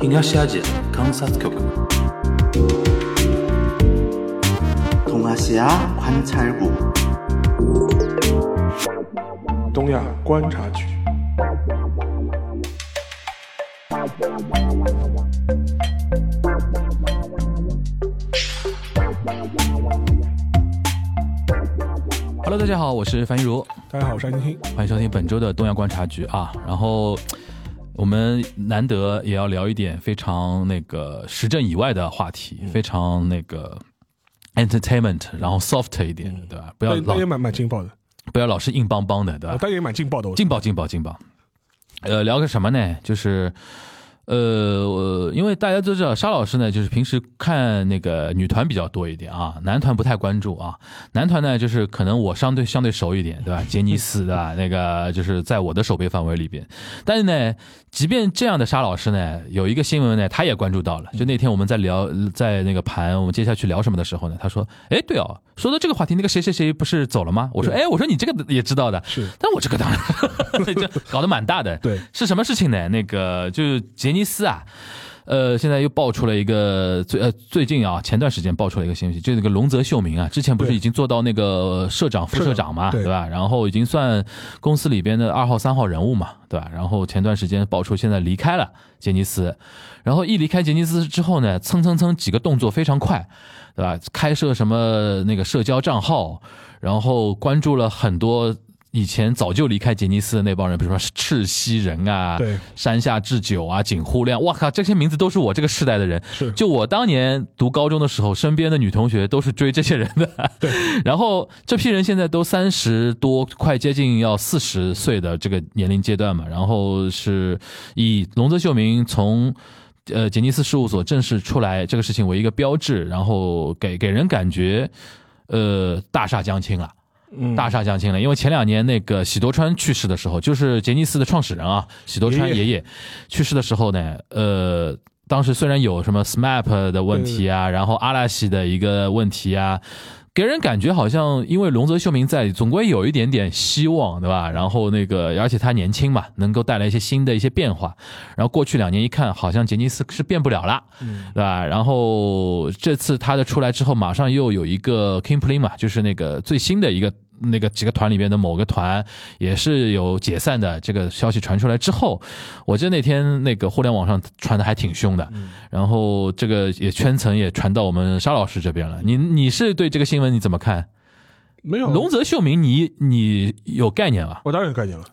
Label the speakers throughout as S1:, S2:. S1: 東アジア観察局
S2: 동아시아 관찰국
S3: 东亚观察局。
S4: Hello，大家好，我是樊玉茹，
S3: 大家好，我是安青。
S4: 欢迎收听本周的东亚观察局啊。然后我们难得也要聊一点非常那个时政以外的话题，非常那个 entertainment，然后 soft 一点，对吧？不要
S3: 但
S4: 老
S3: 但也蛮蛮劲爆的，
S4: 不要老是硬邦邦的，对吧？
S3: 但也蛮劲爆的。我
S4: 劲爆劲爆劲爆。呃，聊个什么呢？就是。呃，我因为大家都知道，沙老师呢，就是平时看那个女团比较多一点啊，男团不太关注啊。男团呢，就是可能我相对相对熟一点，对吧？杰尼斯对吧？那个就是在我的手背范围里边。但是呢，即便这样的沙老师呢，有一个新闻呢，他也关注到了。就那天我们在聊，在那个盘我们接下去聊什么的时候呢，他说：“哎，对哦，说到这个话题，那个谁谁谁不是走了吗？”我说：“
S3: 对
S4: 哎，我说你这个也知道的。”
S3: 是
S4: 但我这个当 然， 这搞得蛮大的。
S3: 对，
S4: 是什么事情呢？那个就是杰尼斯啊，呃，现在又爆出了一个最呃最近啊，前段时间爆出了一个信息，就那个龙泽秀明啊，之前不是
S3: 对
S4: 已经做到那个呃社长、副
S3: 社长
S4: 社长嘛，
S3: 对
S4: 对吧？然后已经算公司里边的二号、三号人物嘛，对吧？然后前段时间爆出现在离开了杰尼斯，然后一离开杰尼斯之后呢，蹭蹭蹭几个动作非常快，对吧？开设什么那个社交账号，然后关注了很多以前早就离开杰尼斯的那帮人，比如说赤西仁啊，
S3: 对
S4: 山下智久啊，井户亮，哇靠，这些名字都是我这个世代的人。
S3: 是
S4: 就我当年读高中的时候，身边的女同学都是追这些人的。
S3: 对，
S4: 然后这批人现在都三十多，快接近要四十岁的这个年龄阶段嘛。然后是以龙泽秀明从。呃，杰尼斯事务所正式出来这个事情为一个标志，然后给给人感觉，呃，大厦将倾了。
S3: 嗯
S4: 大厦将倾了，因为前两年那个喜多川去世的时候，就是杰尼斯的创始人啊，喜多川
S3: 爷爷
S4: 爷爷去世的时候呢，呃，当时虽然有什么 SMAP 的问题啊，然后阿拉西的一个问题啊，给人感觉好像因为龙泽秀明在，总归有一点点希望，对吧？然后那个，而且他年轻嘛，能够带来一些新的一些变化。然后过去两年一看，好像杰尼斯是变不了了，对吧？然后这次他的出来之后，马上又有一个 King Play 嘛，就是那个最新的一个那个几个团里面的某个团也是有解散的这个消息传出来之后，我记得那天那个互联网上传的还挺凶的，
S3: 嗯
S4: 然后这个也圈层也传到我们沙老师这边了。你你是对这个新闻你怎么看？
S3: 没有
S4: 龙，泽秀明你，你有概念吧？
S3: 我当然有概念了。
S4: 啊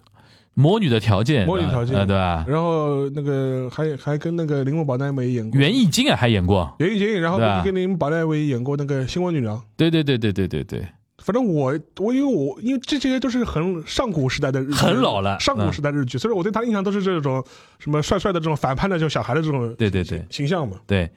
S4: 魔女的条件，
S3: 魔女条件嗯
S4: 呃、对吧？
S3: 然后那个还还跟那个铃木保奈美演过
S4: 袁艺京啊还演过，
S3: 袁艺京，然后
S4: 对啊
S3: 跟铃木保奈美演过那个《星光女郎》。
S4: 对对对对对对对，
S3: 反正我我因为我因为这些都是很上古时代的日剧
S4: 很老了嗯
S3: 上古时代日剧，所以我对他印象都是这种什么帅帅的这种反叛的这种小孩的这种
S4: 对对对
S3: 形象嘛。
S4: 对。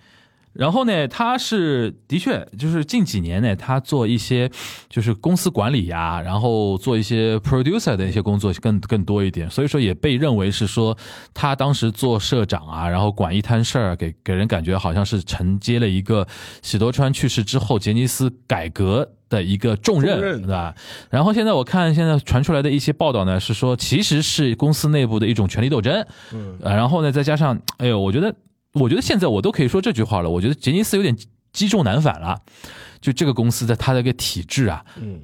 S4: 然后呢，他是的确就是近几年呢，他做一些就是公司管理呀、然后做一些 producer 的一些工作更更多一点，所以说也被认为是说他当时做社长啊，然后管一摊事儿，给给人感觉好像是承接了一个喜多川去世之后杰尼斯改革的一个重任，
S3: 重任
S4: 对吧？然后现在我看现在传出来的一些报道呢，是说其实是公司内部的一种权力斗争，
S3: 嗯，
S4: 呃，然后呢，再加上，哎呦，我觉得，我觉得现在我都可以说这句话了。我觉得杰尼斯有点积重难返了，就这个公司的它的一个体制啊，
S3: 嗯，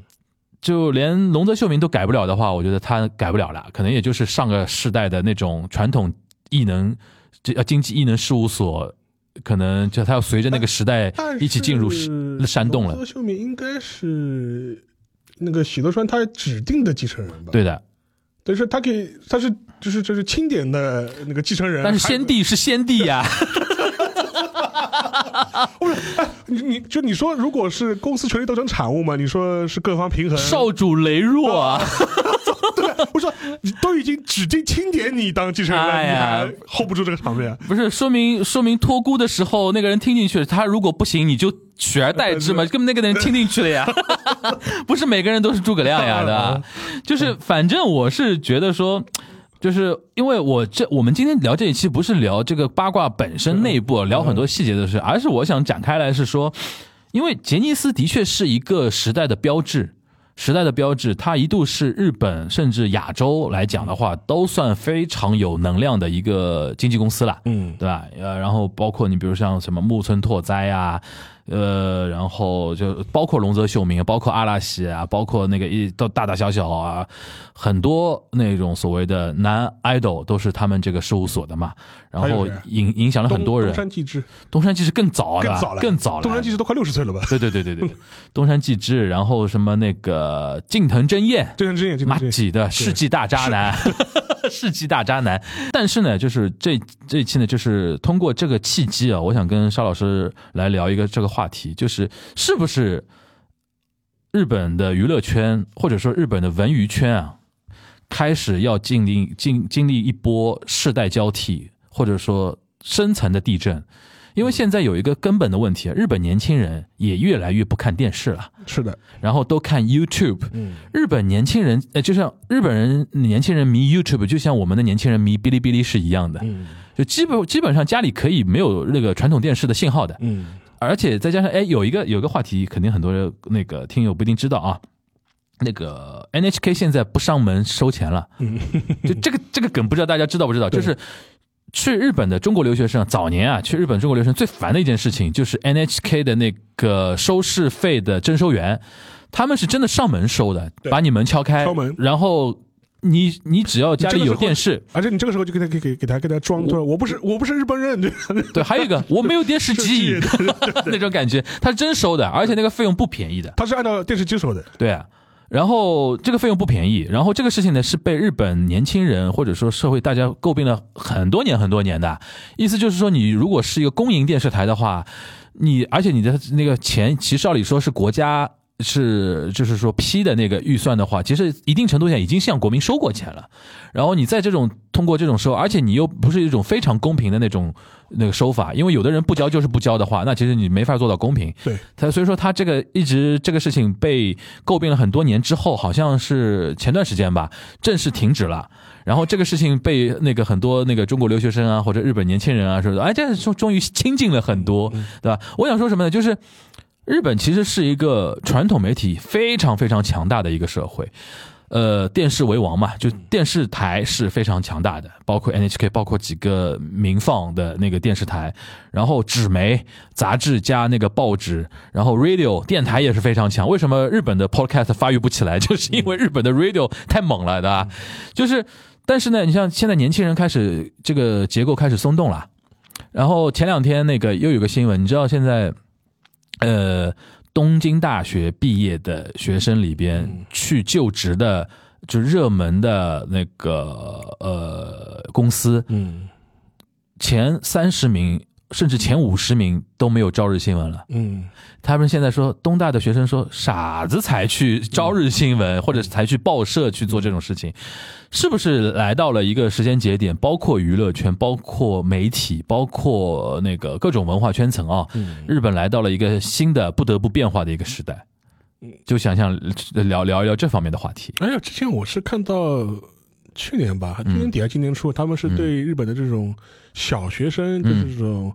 S4: 就连龙泽秀明都改不了的话，我觉得他改不了了，可能也就是上个世代的那种传统艺能，这呃经济艺能事务所，可能就他要随着那个时代
S3: 但是
S4: 一起进入山洞了
S3: 龙。泽秀明应该是那个喜多川他指定的继承人吧？，
S4: 对的，
S3: 但是他给他是就是就是钦点的那个继承人，
S4: 但是先帝是先帝呀、
S3: 嗯还 哎你你就你说如果是公司权力斗争产物嘛，你说是各方平衡，
S4: 少主羸弱啊。
S3: 我说你都已经指定钦点你当继承人了，
S4: 哎
S3: 你
S4: 呀
S3: 还 hold 不住这个场面。
S4: 不是说明说明托孤的时候，那个人听进去了，他如果不行，你就取而代之嘛，根本那个人听进去了呀， 不是每个人都是诸葛亮呀，对吧？就是反正我是觉得说。就是因为我这，我们今天聊这一期不是聊这个八卦本身内部，聊很多细节的事，而是我想展开来是说，因为杰尼斯的确是一个时代的标志，时代的标志，它一度是日本甚至亚洲来讲的话，都算非常有能量的一个经纪公司了。
S3: 嗯，
S4: 对吧？呃，然后包括你比如像什么木村拓哉啊，呃，然后就包括龙泽秀明，包括阿拉西啊，包括那个一到大大小小啊，很多那种所谓的男 idol 都是他们这个事务所的嘛，然
S3: 还有
S4: 后
S3: 谁啊
S4: 影影响了
S3: 东
S4: 很多人
S3: 东。山纪之
S4: 东山纪之更早
S3: 更
S4: 了，
S3: 早了，
S4: 更早了，
S3: 东山纪之都快六十岁了吧？
S4: 对对对对对，对东山纪之，然后什么那个近藤真彦，
S3: 这人之眼，这
S4: 马
S3: 人之眼，
S4: 己的世纪大渣男，世纪大渣男。但是呢，就是这这一期呢，就是通过这个契机啊，我想跟沙老师来聊一个这个话题，就是是不是日本的娱乐圈或者说日本的文娱圈啊，开始要经历经经历一波世代交替，或者说深层的地震。因为现在有一个根本的问题啊，日本年轻人也越来越不看电视了。
S3: 是的，
S4: 然后都看 YouTube。日本年轻人，呃，就像日本人年轻人迷 YouTube，就像我们的年轻人迷哔哩哔哩是一样的。就基本基本上家里可以没有那个传统电视的信号的。
S3: 嗯，
S4: 而且再加上，哎，有一个有一个话题，肯定很多人那个听友不一定知道啊。那个 NHK 现在不上门收钱了，
S3: 嗯
S4: 就这个这个梗，不知道大家知道不知道？就是去日本的中国留学生，早年啊，去日本中国留学生最烦的一件事情就是 NHK 的那个收视费的征收员，他们是真的上门收的，
S3: 对
S4: 把你门敲开，
S3: 敲门
S4: 然后你你只要家里有电视，
S3: 而且你这个时候就给他给给给他给他装出来，我不是我不是日本人， 对
S4: 对，还有一个我没有电视机
S3: 是是
S4: 那种感觉，他是真收的，而且那个费用不便宜的。
S3: 他是按照电视机收的，
S4: 对啊，然后这个费用不便宜，然后这个事情呢是被日本年轻人或者说社会大家诟病了很多年很多年的，意思就是说你如果是一个公营电视台的话，你而且你的那个钱其实照理说是国家。是，就是说批的那个预算的话，其实一定程度上已经向国民收过钱了。然后你在这种通过这种收，而且你又不是一种非常公平的那种那个收法，因为有的人不交就是不交的话，那其实你没法做到公平。
S3: 对，
S4: 他所以说他这个一直这个事情被诟病了很多年之后，好像是前段时间吧，正式停止了。然后这个事情被那个很多那个中国留学生啊，或者日本年轻人啊说，哎，这样终终于清静了很多，对吧？我想说什么呢？就是日本其实是一个传统媒体非常非常强大的一个社会，呃，电视为王嘛，就电视台是非常强大的，包括 NHK，包括几个民放的那个电视台，然后纸媒、杂志加那个报纸，然后 radio 电台也是非常强。为什么日本的 podcast 发育不起来？ 就是因为日本的 radio 太猛了，对吧？就是，但是呢，你像现在年轻人开始这个结构开始松动了，然后前两天那个又有个新闻，你知道现在，呃，东京大学毕业的学生里
S3: 嗯
S4: 边去就职的，就热门的那个呃公司
S3: 嗯
S4: 前三十名甚至前五十名都没有朝日新闻了。
S3: 嗯，
S4: 他们现在说东大的学生说傻子才去朝日新
S3: 嗯
S4: 闻或者才去报社去做这种事情，是不是来到了一个时间节点？包括娱乐圈，包括媒体，包括那个各种文化圈层啊，日本来到了一个新的不得不变化的一个时代。就想想呃聊聊一聊这方面的话题。
S3: 哎呀，之前我是看到去年吧，去年底还今年初，他们是对日本的这种小学生就是这种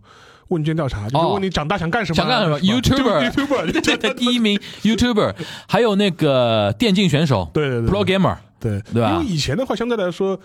S3: 问卷调查，就是问你长大想干什么，
S4: 想干什么
S3: 是吧就
S4: ？YouTuber
S3: YouTuber，
S4: 对对对，第一名 YouTuber，还有那个电竞选手，
S3: 对对对
S4: Pro Gamer，
S3: 对
S4: 对吧
S3: 因为以前的话，相对来说，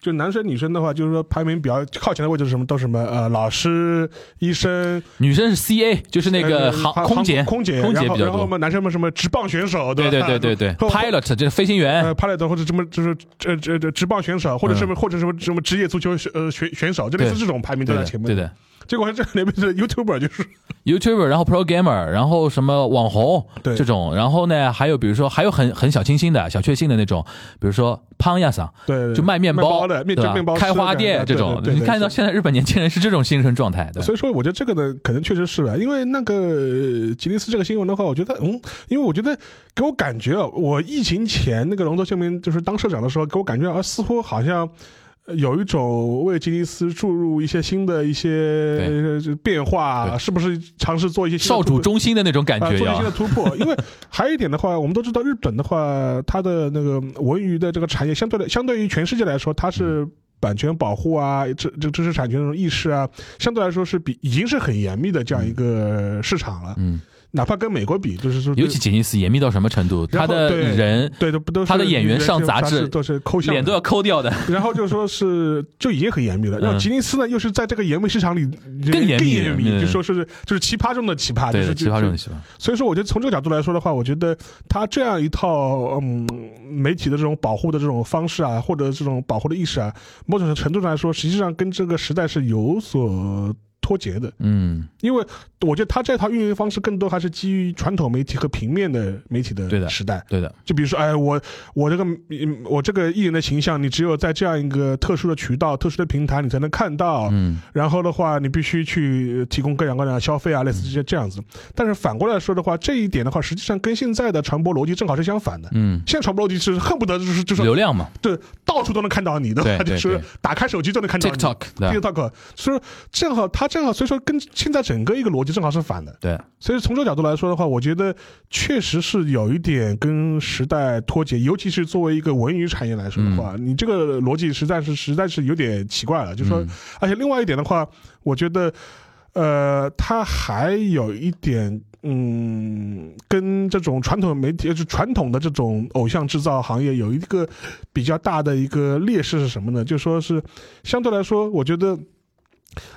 S3: 就男生女生的话，就是说排名比较靠前的位置是什么？都是什么呃，老师、医生，
S4: 女生是 CA，就是那
S3: 呃
S4: 个
S3: 航
S4: 航空姐，
S3: 空姐，
S4: 空姐
S3: 然后
S4: 比较
S3: 然后
S4: 多
S3: 我。们男生们什么直棒选手，
S4: 对对
S3: 吧
S4: 对对对
S3: 或
S4: ，pilot 这是飞行员，
S3: 呃，pilot 或者什么就是这这这直棒选手，或者什么或者什么什么职业足球选呃选选手，就类似
S4: 嗯对
S3: 这种排名都
S4: 对
S3: 在
S4: 的
S3: 前面。
S4: 对的
S3: 结果这里面的 YouTuber 就是
S4: ，YouTuber，然后 Pro Gamer，然后什么网红
S3: 对
S4: 这种，然后呢，还有比如说还有很很小清新的小确幸的那种，比如说胖亚桑，
S3: 对对对
S4: 就卖面
S3: 包
S4: 包
S3: 的面
S4: 对吧
S3: 面包
S4: 开
S3: 吃的
S4: 花店这
S3: 对对
S4: 种
S3: 对，对
S4: 你
S3: 对
S4: 看到
S3: 是
S4: 现在日本年轻人是这种精神状态的，
S3: 所以说，我觉得这个呢，可能确实是吧。因为那个呃吉尼斯这个新闻的话，我觉得，嗯，因为我觉得给我感觉啊，我疫情前那个龙头秀明就是当社长的时候，给我感觉啊，似乎好像。呃有一种为吉尼斯注入一些新的一些呃变化，
S4: 对
S3: 是不是尝试做一些新的
S4: 少
S3: 突
S4: 主
S3: 破
S4: 中心的那种感
S3: 啊，
S4: 觉
S3: 做一
S4: 要
S3: 些的突破。因为还有一点的话，我们都知道日本的话，它的那个文娱的这个产业，相对的相对于全世界来说，它
S4: 嗯
S3: 是。版权保护啊，知这知识产权这种意识啊，相对来说是比已经是很严密的这样一个市场了。
S4: 嗯，
S3: 哪怕跟美国比，就是说，
S4: 尤其杰尼斯严密到什么程度，
S3: 然
S4: 他
S3: 后
S4: 的
S3: 对
S4: 人
S3: 对都不都是
S4: 他的演员上杂志
S3: 人都是抠像的
S4: 脸都要抠掉的，
S3: 然后就说是就已经很严密了，然后吉尼斯呢又是在这个严密市场里
S4: 嗯更严密
S3: 更严密，
S4: 嗯
S3: 就说是就是奇葩中的奇葩，就
S4: 对
S3: 是
S4: 的，奇葩
S3: 就
S4: 中的奇葩。
S3: 所以说，我觉得从这个角度来说的话，我觉得他这样一套嗯媒体的这种保护的这种方式啊，或者这种保护的意识啊，某种程度上来说，实际上跟这个时代是有所脱节的。
S4: 嗯，
S3: 因为我觉得他这套运营方式更多还是基于传统媒体和平面的媒体
S4: 对的
S3: 的时代。
S4: 对的，
S3: 就比如说，哎，我我这个嗯我这个艺人的形象，你只有在这样一个特殊的渠道、特殊的平台，你才能看到。
S4: 嗯，
S3: 然后的话，你必须去提供各样各样的消费啊，类似这些这样子。但是反过来说的话，这一点的话，实际上跟现在的传播逻辑正好是相反的。
S4: 嗯，
S3: 现在传播逻辑是恨不得就是就是
S4: 流量嘛
S3: 对到处都能看到你，对吧？
S4: 对
S3: 就
S4: 对
S3: 是
S4: 对
S3: 打开手机都能看到你。
S4: ，TikTok 对吧
S3: TikTok，所以说正好它正好，所以说跟现在整个一个逻辑正好是反的。
S4: 对，
S3: 所以从这个角度来说的话，我觉得确实是有一点跟时代脱节，尤其是作为一个文娱产业来说的话，你这个逻辑实在是实在是有点奇怪了。就说，
S4: 嗯
S3: 而且另外一点的话，我觉得，呃，它还有一点。嗯，跟这种传统媒体，就是传统的这种偶像制造行业有一个比较大的一个劣势是什么呢？就说是相对来说，我觉得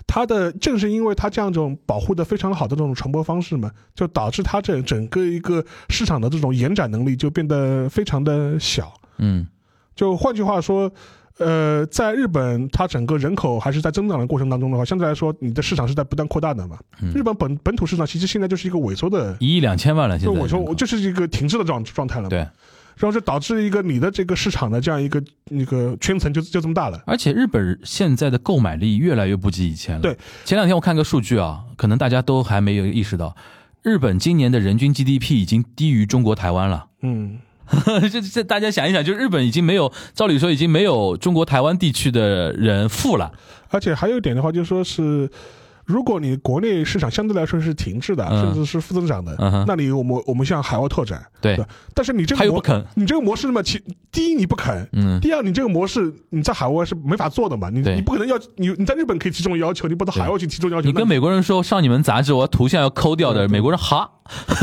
S3: 它的正是因为它这样一种保护的非常好的这种传播方式嘛，就导致它这整个一个市场的这种延展能力就变得非常的小。
S4: 嗯
S3: 就换句话说，呃，在日本，它整个人口还是在增长的过程当中的话，相对来说，你的市场是在不断扩大的嘛。
S4: 嗯
S3: 日本本本土市场其实现在就是一个萎缩的，
S4: 一亿两千万了，现
S3: 就
S4: 在
S3: 萎缩，我
S4: 人口
S3: 就是一个停滞的状状态了嘛。
S4: 对。
S3: 然后就导致一个你的这个市场的这样一个那个圈层就就这么大了。
S4: 而且日本现在的购买力越来越不及以前了。
S3: 对，
S4: 前两天我看个数据啊，可能大家都还没有意识到，日本今年的人均 GDP 已经低于中国台湾了。
S3: 嗯，
S4: 这这，大家想一想，就日本已经没有，照理说已经没有中国台湾地区的人富了。
S3: 而且还有一点的话，就是说是。如果你国内市场相对来说是停滞的，
S4: 嗯
S3: 甚至是负增长的，
S4: 嗯哼
S3: 那你我们我们向海外拓展，
S4: 对
S3: 对，但是你这
S4: 他
S3: 个
S4: 又不
S3: 模，
S4: 肯。
S3: 你这个模式嘛，其第一你不肯，
S4: 嗯，
S3: 第二你这个模式你在海外是没法做的嘛，你
S4: 对
S3: 你不可能要你你在日本可以提这种要求，你不到海外去提这种要求，
S4: 你跟
S3: 那
S4: 美国人说上你们杂志，我图像要抠掉的，美国人哈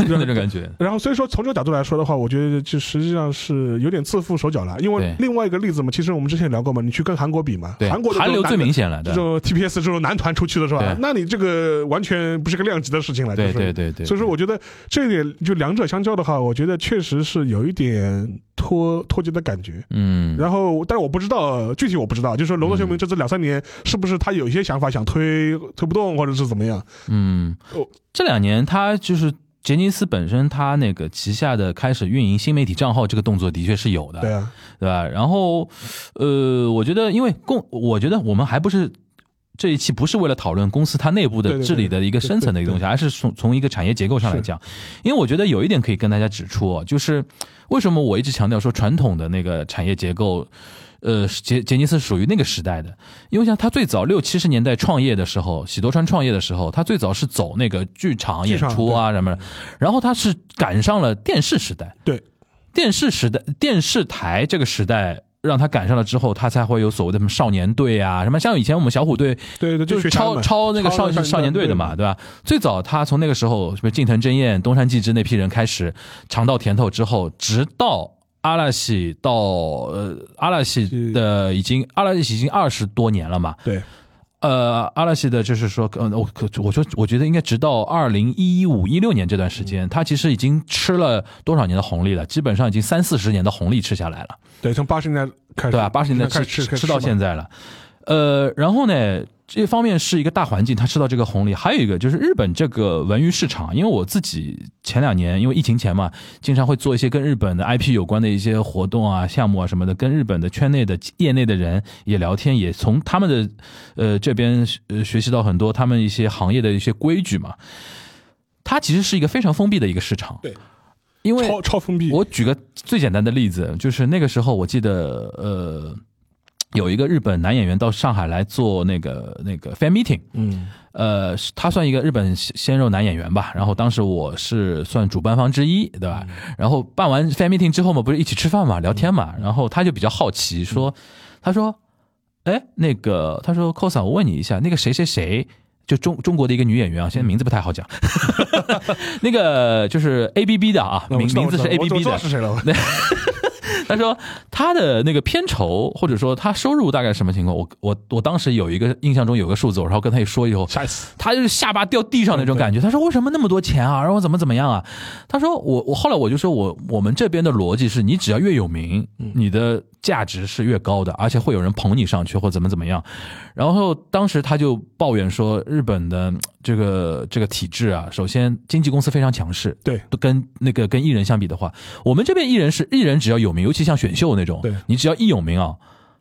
S4: 那种感觉。
S3: 然后所以说从这个角度来说的话，我觉得就实际上是有点自缚手脚了，因为
S4: 对
S3: 另外一个例子嘛，其实我们之前也聊过嘛，你去跟韩国比嘛，
S4: 对，
S3: 韩国的
S4: 韩流最
S3: 明。
S4: 明显了，
S3: 这
S4: 对
S3: 种 TPS 这种男团出去的是吧
S4: 对？
S3: 那你这个完全不是个量级的事情了，
S4: 对
S3: 就是
S4: 对对对。
S3: 所以说，我觉得这一点就两者相较的话，我觉得确实是有一点脱脱节的感觉。
S4: 嗯，
S3: 然后，但是我不知道具体我不知道，就是说龙泽秀明这次两三年是不是他有一些想法想推推不动，或者是怎么样？
S4: 嗯
S3: 哦，
S4: 这两年他就是杰尼斯本身，他那个旗下的开始运营新媒体账号这个动作的确是有的，
S3: 对啊，
S4: 对吧？然后，呃，我觉得因为共，我觉得我们还不是。这一期不是为了讨论公司它内部
S3: 对
S4: 的
S3: 对对
S4: 治理的一个深层的一个东西，而是从从一个产业结构上来讲，因为我觉得有一点可以跟大家指出，哦，就是为什么我一直强调说传统的那个产业结构，呃，杰杰尼斯属于那个时代的，因为像他最早六七十年代创业的时候，喜多川创业的时候，他最早是走那个剧场
S3: 剧
S4: 演
S3: 场
S4: 出啊什么的，然后他是赶上了电视时代，
S3: 对，
S4: 电视时代、电视台这个时代让他赶上了之后，他才会有所谓的什么少年队啊，什么像以前我们小虎队
S3: 对对，
S4: 就
S3: 学
S4: 是
S3: 他
S4: 超
S3: 们
S4: 超那个少
S3: 超
S4: 少年队的嘛，，对吧？最早他从那个时候什么近藤真彦、东山纪之那批人开始尝到甜头之后，直到。阿拉西到呃，阿拉西的已经阿拉西已经二十多年了嘛，
S3: 对，
S4: 呃，阿拉西的就是说，嗯，我可我说，我觉得应该直到二零一五一六年这段时间，他其实已经吃了多少年的红利了？基本上已经三四十年的红利吃下来了，
S3: 对，从八十年代开始，
S4: 对吧？八十年代
S3: 开
S4: 吃
S3: 始吃
S4: 吃到现
S3: 在，
S4: 在了，呃，然后呢，这方面是一个大环境，他吃到这个红利，还有一个就是日本这个文娱市场，因为我自己前两年因为疫情前嘛，经常会做一些跟日本的 IP 有关的一些活动啊、项目啊什么的，跟日本的圈内的业内的人也聊天，也从他们的呃这边呃学习到很多他们一些行业的一些规矩嘛。它其实是一个非常封闭的一个市场，
S3: 对，
S4: 因为
S3: 超超封闭，
S4: 我举个最简单的例子，就是那个时候我记得，呃，有一个日本男演员到上海来做那个那个 fan meeting，
S3: 嗯
S4: 呃，是他算一个日本鲜鲜肉男演员吧。然后当时我是算主办方之一，对吧？
S3: 嗯
S4: 然后办完 fan meeting 之后嘛，不是一起吃饭嘛，聊天嘛。然后他就比较好奇，
S3: 嗯
S4: 说，他说，哎，那个，他说 cos，我问你一下，那个谁谁谁。就中中国的一个女演员啊，现在名字不太 好讲，那个就是 A B B 的啊，
S3: 那我
S4: 名
S3: 知道
S4: 名字是
S3: 我知
S4: A
S3: 道
S4: B
S3: 我
S4: B
S3: 知道
S4: 的
S3: 是，谁了。
S4: 他说他的那个片酬或者说他收入大概什么情况？我我我当时有一个印象中有个数字，我然后跟他一说以后，
S3: 吓死！
S4: 他就是下巴掉地上那种感
S3: 嗯
S4: 觉。他说为什么那么多钱啊？然后怎么怎么样啊？他说我我后来我就说我我们这边的逻辑是你只要越有名，
S3: 嗯
S4: 你的价值是越高的，而且会有人捧你上去或怎么怎么样。然后当时他就抱怨说日本的嗯这个这个体制啊，首先经纪公司非常强势，
S3: 对，
S4: 都跟那个跟艺人相比的话，我们这边艺人是艺人只要有名，尤其像选秀那种，
S3: 对
S4: 你只要一有名啊。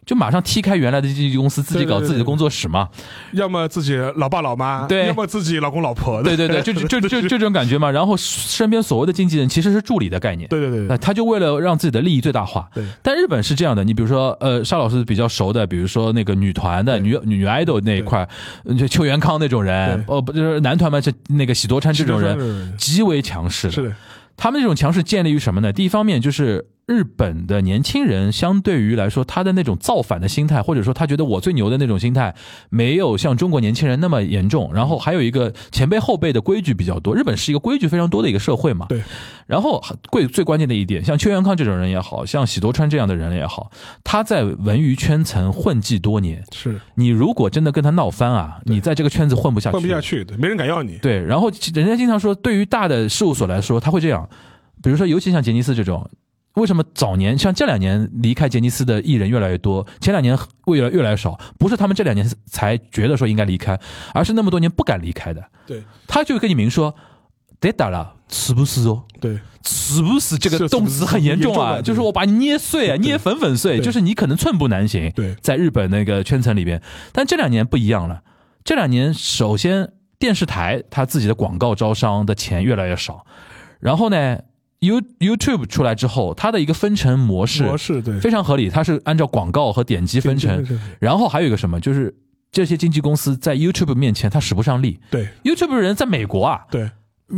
S4: 就马上踢开原来的经纪公司，自己
S3: 对对
S4: 搞
S3: 对
S4: 自己的
S3: 对
S4: 工作室嘛。
S3: 要么自己老爸老妈，
S4: 对
S3: 要么自己老公老婆，
S4: 对对对，就就就就就这种感觉嘛。然后身边所谓的经纪人其实是助理的概念，
S3: 对对对
S4: 那
S3: 对
S4: 他就为了让自己的利益最大化。
S3: 对
S4: 但日本是这样的，你比如说，呃，沙老师比较熟的，比如说那个女团的女女 idol 那一块儿，呃就邱元康那种人，
S3: 对
S4: 哦，不就是男团嘛，就那个喜多川这种
S3: 喜多川这种
S4: 人
S3: 人
S4: 极为强势。
S3: 是，的，
S4: 他们这种强势建立于什么呢？第一方面就是日本的年轻人相对于来说，他的那种造反的心态，或者说他觉得我最牛的那种心态，没有像中国年轻人那么严重。然后还有一个前辈后辈的规矩比较多，日本是一个规矩非常多的一个社会嘛。
S3: 对。
S4: 然后最最关键的一点，像邱元康这种人也好像喜多川这样的人也好，他在文娱圈层混迹多年，
S3: 是
S4: 你如果真的跟他闹翻啊，你在这个圈子混不下去，
S3: 混不下去的，没人敢要你。
S4: 对，然后其人家经常说，对于大的事务所来说，他会这样，比如说，尤其像杰尼斯这种，为什么早年像这两年离开杰尼斯的艺人越来越多，前两年越来越来越少？不是他们这两年才觉得说应该离开，而是那么多年不敢离开的。
S3: 对
S4: 他就跟你明说，得打了，死不死哦？
S3: 对
S4: 死不死这个
S3: 是
S4: 动词很严
S3: 很严
S4: 重
S3: 重
S4: 啊，
S3: 的
S4: 就是我把你捏碎啊，
S3: 对
S4: 捏粉粉碎，
S3: 对
S4: 就是你可能寸步难行。
S3: 对
S4: 在日本那个圈层里边，但这两年不一样了。这两年，首先电视台它自己的广告招商的钱越来越少，然后呢，You YouTube 出来之后，它的一个分成模式
S3: 模式对
S4: 非常合理，它是按照广告和点击分成
S3: 点击分成。
S4: 然后还有一个什么，就是这些经纪公司在 YouTube 面前它使不上力。
S3: 对
S4: YouTube 人在美国啊，
S3: 对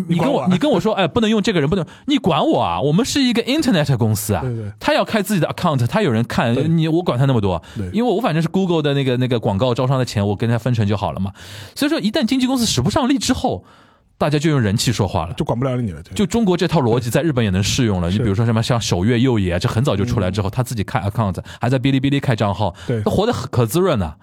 S4: 你跟
S3: 管我
S4: 我
S3: 啊
S4: 你跟我说，哎，不能用这个人，不能，你管我啊？我们是一个 Internet 公司啊，
S3: 对对
S4: 他要开自己的 account，他有人
S3: 对
S4: 看你，我管他那么多
S3: 对，
S4: 因为我反正是 Google 的那个那个广告招商的钱，我跟他分成就好了嘛。所以说，一旦经纪公司使不上力之后，大家就用人气说话了。
S3: 就管不了你了，对
S4: 就中国这套逻辑在日本也能适用了。你
S3: 是嗯
S4: 比如说什么像守月右啊野，这很早就出来之后，他自己开 account，还在哔哩哔哩开账号，
S3: 对
S4: 他活得很可滋润呢、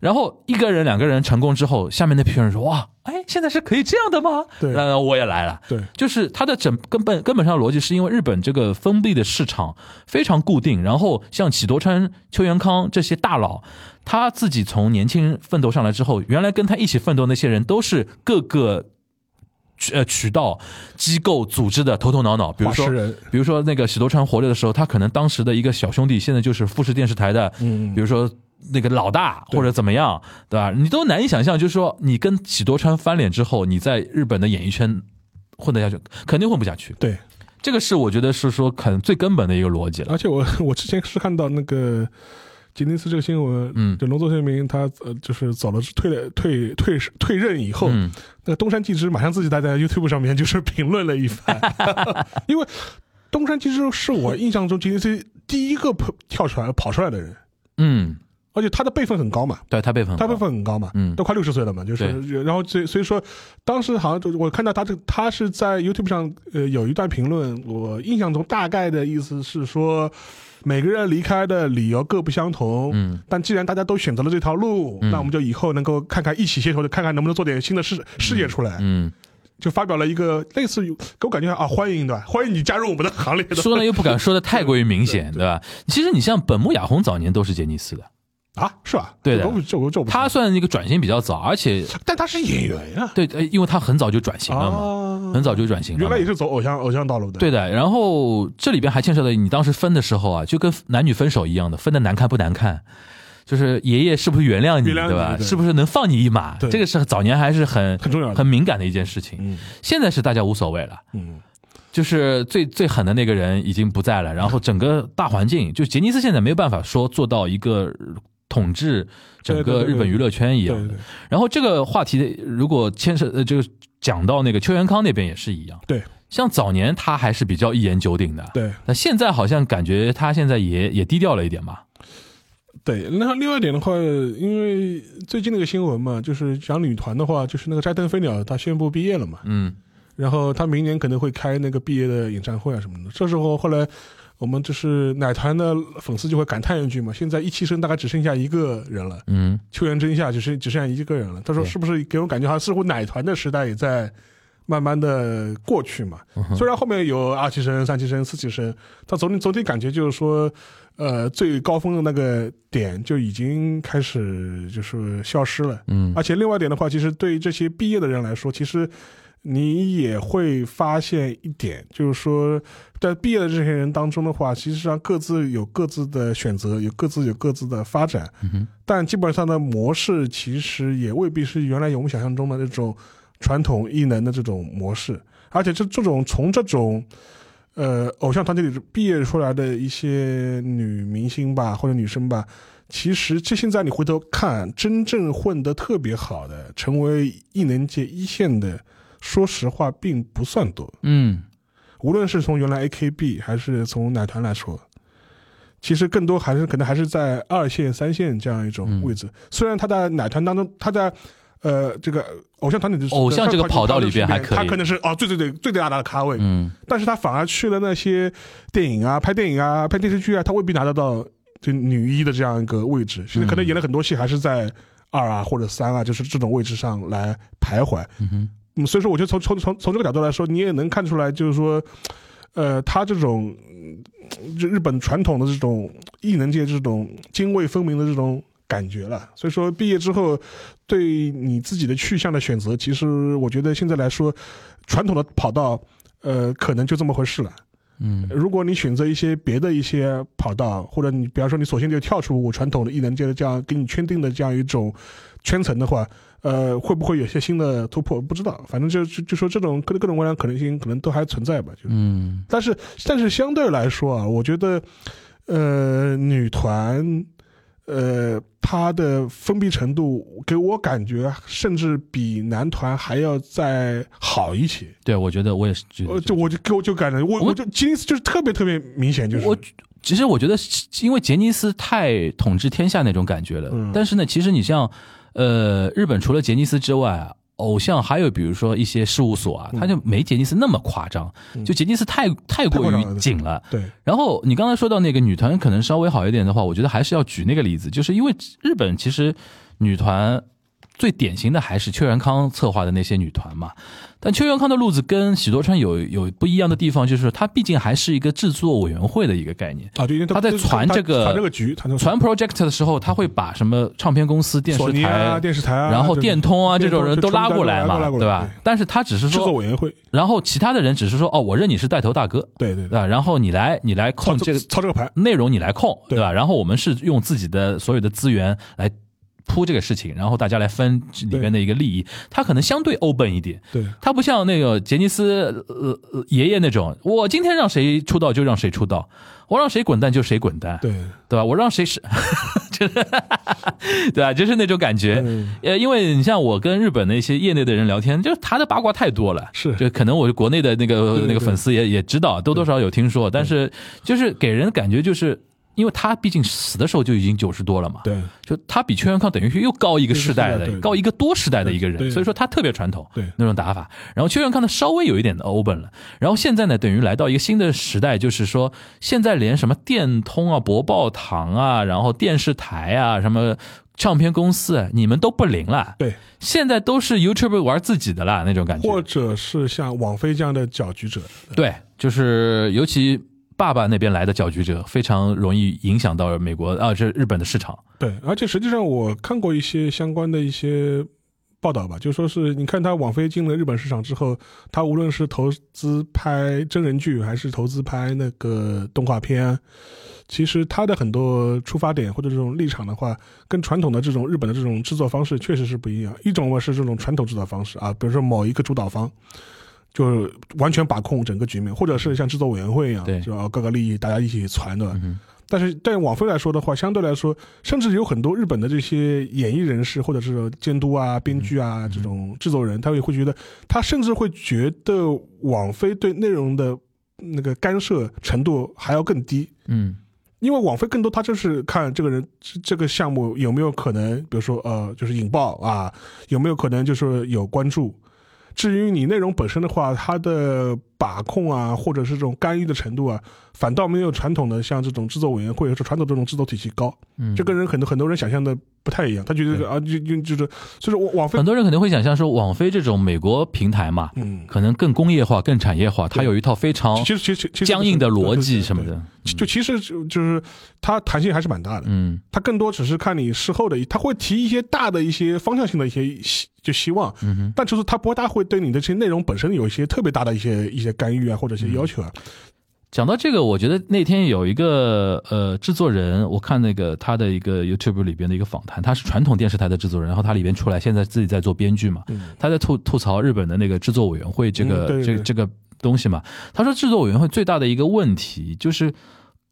S4: 然后一个人、两个人成功之后，下面那批人说：“哇，哎，现在是可以这样的吗？”
S3: 对
S4: 那我也来了。
S3: 对
S4: 就是它的整根本根本上的逻辑，是因为日本这个封闭的市场非常固定，然后像喜多川、邱元康这些大佬，他自己从年轻人奋斗上来之后，原来跟他一起奋斗那些人都是各个。渠呃，渠道、机构组织的头头脑脑，比如说
S3: 化石人，
S4: 比如说那个喜多川活着的时候，他可能当时的一个小兄弟，现在就是富士电视台的，嗯
S3: 嗯
S4: 比如说那个老大
S3: 对
S4: 或者怎么样，对吧？你都难以想象，就是说你跟喜多川翻脸之后，你在日本的演艺圈混得下去，肯定混不下去。
S3: 对。
S4: 这个是我觉得是说肯最根本的一个逻辑了。
S3: 而且我 我之前是看到那个吉尼斯这个新闻，
S4: 嗯
S3: 就龙作秀明他呃就是走了退了退退退任以后，
S4: 嗯，
S3: 那个东山纪之马上自己在在 YouTube 上面就是评论了一 番，因为东山纪之是我印象中吉尼斯第一个跑跳出来跑出来的人，
S4: 嗯，
S3: 而且他的辈分很高嘛，
S4: 对他辈分很
S3: 他
S4: 高，
S3: 辈分很高嘛，
S4: 嗯
S3: 都快六十岁了嘛，就是，然后所以所以说，当时好像就我看到他这他是在 YouTube 上呃有一段评论，我印象中大概的意思是说，每个人离开的理由各不相同，
S4: 嗯，
S3: 但既然大家都选择了这条路，
S4: 嗯
S3: 那我们就以后能够看看一起携手，就看看能不能做点新的事事业出来，
S4: 嗯，
S3: 就发表了一个类似于给我感觉啊欢迎的，欢迎你加入我们的行列的
S4: 说呢又不敢说的太过于明显，对吧？其实你像本木雅弘早年都是杰尼斯的，
S3: 啊是吧？
S4: 对的
S3: 我都不这我这我不知道
S4: 他算一个转型比较早，而且
S3: 但他是演员呀、
S4: 对，呃因为他很早就转型了嘛，
S3: 啊
S4: 很早就转型了嘛。
S3: 原来也是走偶像偶像道路的，
S4: 对的，然后这里边还牵扯到你当时分的时候啊，就跟男女分手一样的，分的难看不难看，就是爷爷是不是原谅你，
S3: 原谅你
S4: 对吧？
S3: 对
S4: 是不是能放你一马？
S3: 对
S4: 这个是早年还是很
S3: 很重要的
S4: 很敏感的一件事情。
S3: 嗯
S4: 现在是大家无所谓了，
S3: 嗯。
S4: 就是最最狠的那个人已经不在了，然后整个大环境，就杰尼斯现在没有办法说做到一个统治整
S3: 对对
S4: 个
S3: 对对
S4: 日本娱乐圈一样的。
S3: 对对
S4: 然后这个话题的如果牵涉呃，就是讲到那个邱元康那边也是一样，
S3: 对
S4: 像早年他还是比较一言九鼎的，
S3: 对，
S4: 那现在好像感觉他现在也也低调了一点嘛，
S3: 对，那另外一点的话，因为最近那个新闻嘛，就是讲女团的话，就是那个斋藤飞鸟她宣布毕业了嘛，
S4: 嗯，
S3: 然后她明年可能会开那个毕业的演唱会啊什么的。这时候后来我们就是奶团的粉丝就会感叹一句嘛，现在一期生大概只剩下一个人了，
S4: 嗯，
S3: 秋元真夏只剩只剩下一个人了。他说
S4: 对
S3: 是不是给我感觉好像似乎奶团的时代也在慢慢的过去嘛？
S4: 嗯哼
S3: 虽然后面有二期生、三期生、四期生，但总体总体感觉就是说，呃，最高峰的那个点就已经开始就是消失了。
S4: 嗯
S3: 而且另外一点的话，其实对于这些毕业的人来说，其实你也会发现一点，就是说，在毕业的这些人当中的话，其实上各自有各自的选择，有各自有各自的发展，
S4: 嗯哼
S3: 但基本上的模式其实也未必是原来我们想象中的那种传统艺能的这种模式，而且这这种从这种。呃，偶像团体里毕业出来的一些女明星吧，或者女生吧，其实这现在你回头看，真正混得特别好的，成为艺能界一线的，说实话并不算多。
S4: 嗯，
S3: 无论是从原来 AKB 还是从奶团来说，其实更多还是可能还是在二线、三线这样一
S4: 嗯
S3: 种位置。虽然他在奶团当中，他在呃这个偶像团体的
S4: 偶像这个跑道里边还可以
S3: 他可能是哦最最最最最大的咖位，
S4: 嗯，
S3: 但是他反而去了那些电影啊、拍电影啊、拍电视剧啊，他未必拿得到就女一的这样一个位置。其实
S4: 嗯
S3: 可能演了很多戏还是在二啊或者三啊，就是这种位置上来徘徊。
S4: 嗯哼，
S3: 嗯，所以说我觉得从从从从这个角度来说，你也能看出来，就是说，呃，他这种嗯就日本传统的这种艺能界这种泾渭分明的这种感觉了。所以说，毕业之后对你自己的去向的选择，其实我觉得现在来说，传统的跑道，呃，可能就这么回事了。呃
S4: 嗯，
S3: 如果你选择一些别的一些跑道，或者你比方说你索性就跳出我传统的艺能界的这样给你圈定的这样一种圈层的话，呃，会不会有些新的突破？不知道，反正就就就说这种各各种各样的可能性可能都还存在吧。就是，
S4: 嗯，
S3: 但是但是相对来说啊，我觉得，呃，女团，呃，它的封闭程度给我感觉甚至比男团还要再好一些。
S4: 对，我觉得我也是觉得
S3: 呃，就我就给我就感觉我
S4: 我
S3: 我就吉尼斯就是特别特别明显，就是
S4: 我其实我觉得，因为杰尼斯太统治天下那种感觉了。
S3: 嗯
S4: 但是呢，其实你像，呃，日本除了杰尼斯之外啊，偶像还有比如说一些事务所
S3: 嗯
S4: 啊，它就没杰尼斯那么夸张。就杰尼斯太太过
S3: 太夸张
S4: 于
S3: 了
S4: 紧了。
S3: 对，
S4: 然后你刚才说到那个女团可能稍微好一点的话，我觉得还是要举那个例子，就是因为日本其实女团最典型的还是邱元康策划的那些女团嘛。但邱元康的路子跟喜多川有有不一样的地方，就是它毕竟还是一个制作委员会的一个概念。
S3: 啊，对，因为
S4: 他在传这个
S3: 传这个局，传这个
S4: 传 project 的时候，他会把什么唱片公司、电
S3: 索
S4: 视
S3: 尼
S4: 台、
S3: 啊、电视台啊，
S4: 然后电通啊
S3: 这
S4: 这种人都拉过来嘛，
S3: 对
S4: 对吧？但是他只是
S3: 制作
S4: 说，
S3: 委员会，
S4: 然后其他的人只是说，哦，我认你是带头大哥，
S3: 对对
S4: 对
S3: 对，
S4: 吧？然后你来，你来
S3: 操
S4: 控呃这个
S3: 操哦这个牌，
S4: 内容你来控，
S3: 对
S4: 对吧？然后我们是用自己的所有的资源来铺这个事情，然后大家来分里边的一个利益。他可能相对 open 一点，
S3: 对
S4: 他不像那个杰尼斯呃呃爷爷那种，我今天让谁出道就让谁出道，我让谁滚蛋就谁滚蛋，
S3: 对，
S4: 对吧？我让谁是， 就是，对吧？就是那种感觉。
S3: 嗯
S4: 呃，因为你像我跟日本的一些业内的人聊天，就是他的八卦太多了，
S3: 是
S4: 就可能我国内的那个
S3: 对对
S4: 那个粉丝也也知道，多多少少有听说，但是就是给人感觉就是。因为他毕竟死的时候就已经九十多了嘛，
S3: 对
S4: 就他比邱元康等于是又高一个世代
S3: 一个世代
S4: 的，
S3: 对
S4: 高一个多世代的一个
S3: 对对
S4: 人，所以说他特别传统，
S3: 对
S4: 那种打法。然后邱元康呢稍微有一点的 open 了，然后现在呢等于来到一个新的时代，就是说现在连什么电通啊、博报堂啊，然后电视台啊、什么唱片公司啊，你们都不灵了，
S3: 对，
S4: 现在都是 YouTube 玩自己的啦那种感觉，
S3: 或者是像网飞这样的搅局者，
S4: 对，就是尤其爸爸那边来的搅局者，非常容易影响到美国啊，这日本的市场，
S3: 对，而且实际上我看过一些相关的一些报道吧，就说是你看他网飞进了日本市场之后，他无论是投资拍真人剧，还是投资拍那个动画片，其实他的很多出发点或者这种立场的话，跟传统的这种日本的这种制作方式确实是不一样。一种是这种传统制作方式啊，比如说某一个主导方。就完全把控整个局面，或者是像制作委员会一样，
S4: 对
S3: 就要各个利益大家一起传，对吧？
S4: 嗯
S3: 但是对网飞来说的话，相对来说，甚至有很多日本的这些演艺人士或者是监督啊、编剧啊这种制作人，他也会觉得，他甚至会觉得网飞对内容的那个干涉程度还要更低。
S4: 嗯
S3: 因为网飞更多，他就是看这个人这这个项目有没有可能，比如说呃，就是引爆啊，有没有可能就是有关注。至于你内容本身的话，它的把控啊，或者是这种干预的程度啊，反倒没有传统的像这种制作委员会或者传统这种制作体系高。
S4: 嗯，
S3: 这跟人很多很多人想象的不太一样，他觉得
S4: 对
S3: 啊，就就就是，所以说网网飞
S4: 很，多人可能会想象说，网飞这种美国平台嘛，
S3: 嗯，
S4: 可能更工业化、更产业化，它有一套非常
S3: 其实其实其实
S4: 哦僵硬的逻辑什么
S3: 对对对
S4: 的。
S3: 就就其实就就是它弹性还是蛮大的，
S4: 嗯
S3: 它更多只是看你事后的一，它会提一些大的一些方向性的一些希就希望，
S4: 嗯哼，
S3: 但就是它不大会对你的这些内容本身有一些特别大的一些一些干预啊，或者一些要求啊，
S4: 讲到这个，我觉得那天有一个呃制作人，我看那个他的一个 YouTube 里边的一个访谈，他是传统电视台的制作人，然后他里边出来现在自己在做编剧嘛，他在吐吐槽日本的那个制作委员会这
S3: 嗯
S4: 个、
S3: 对对
S4: 这个这个东西嘛。他说制作委员会最大的一个问题就是。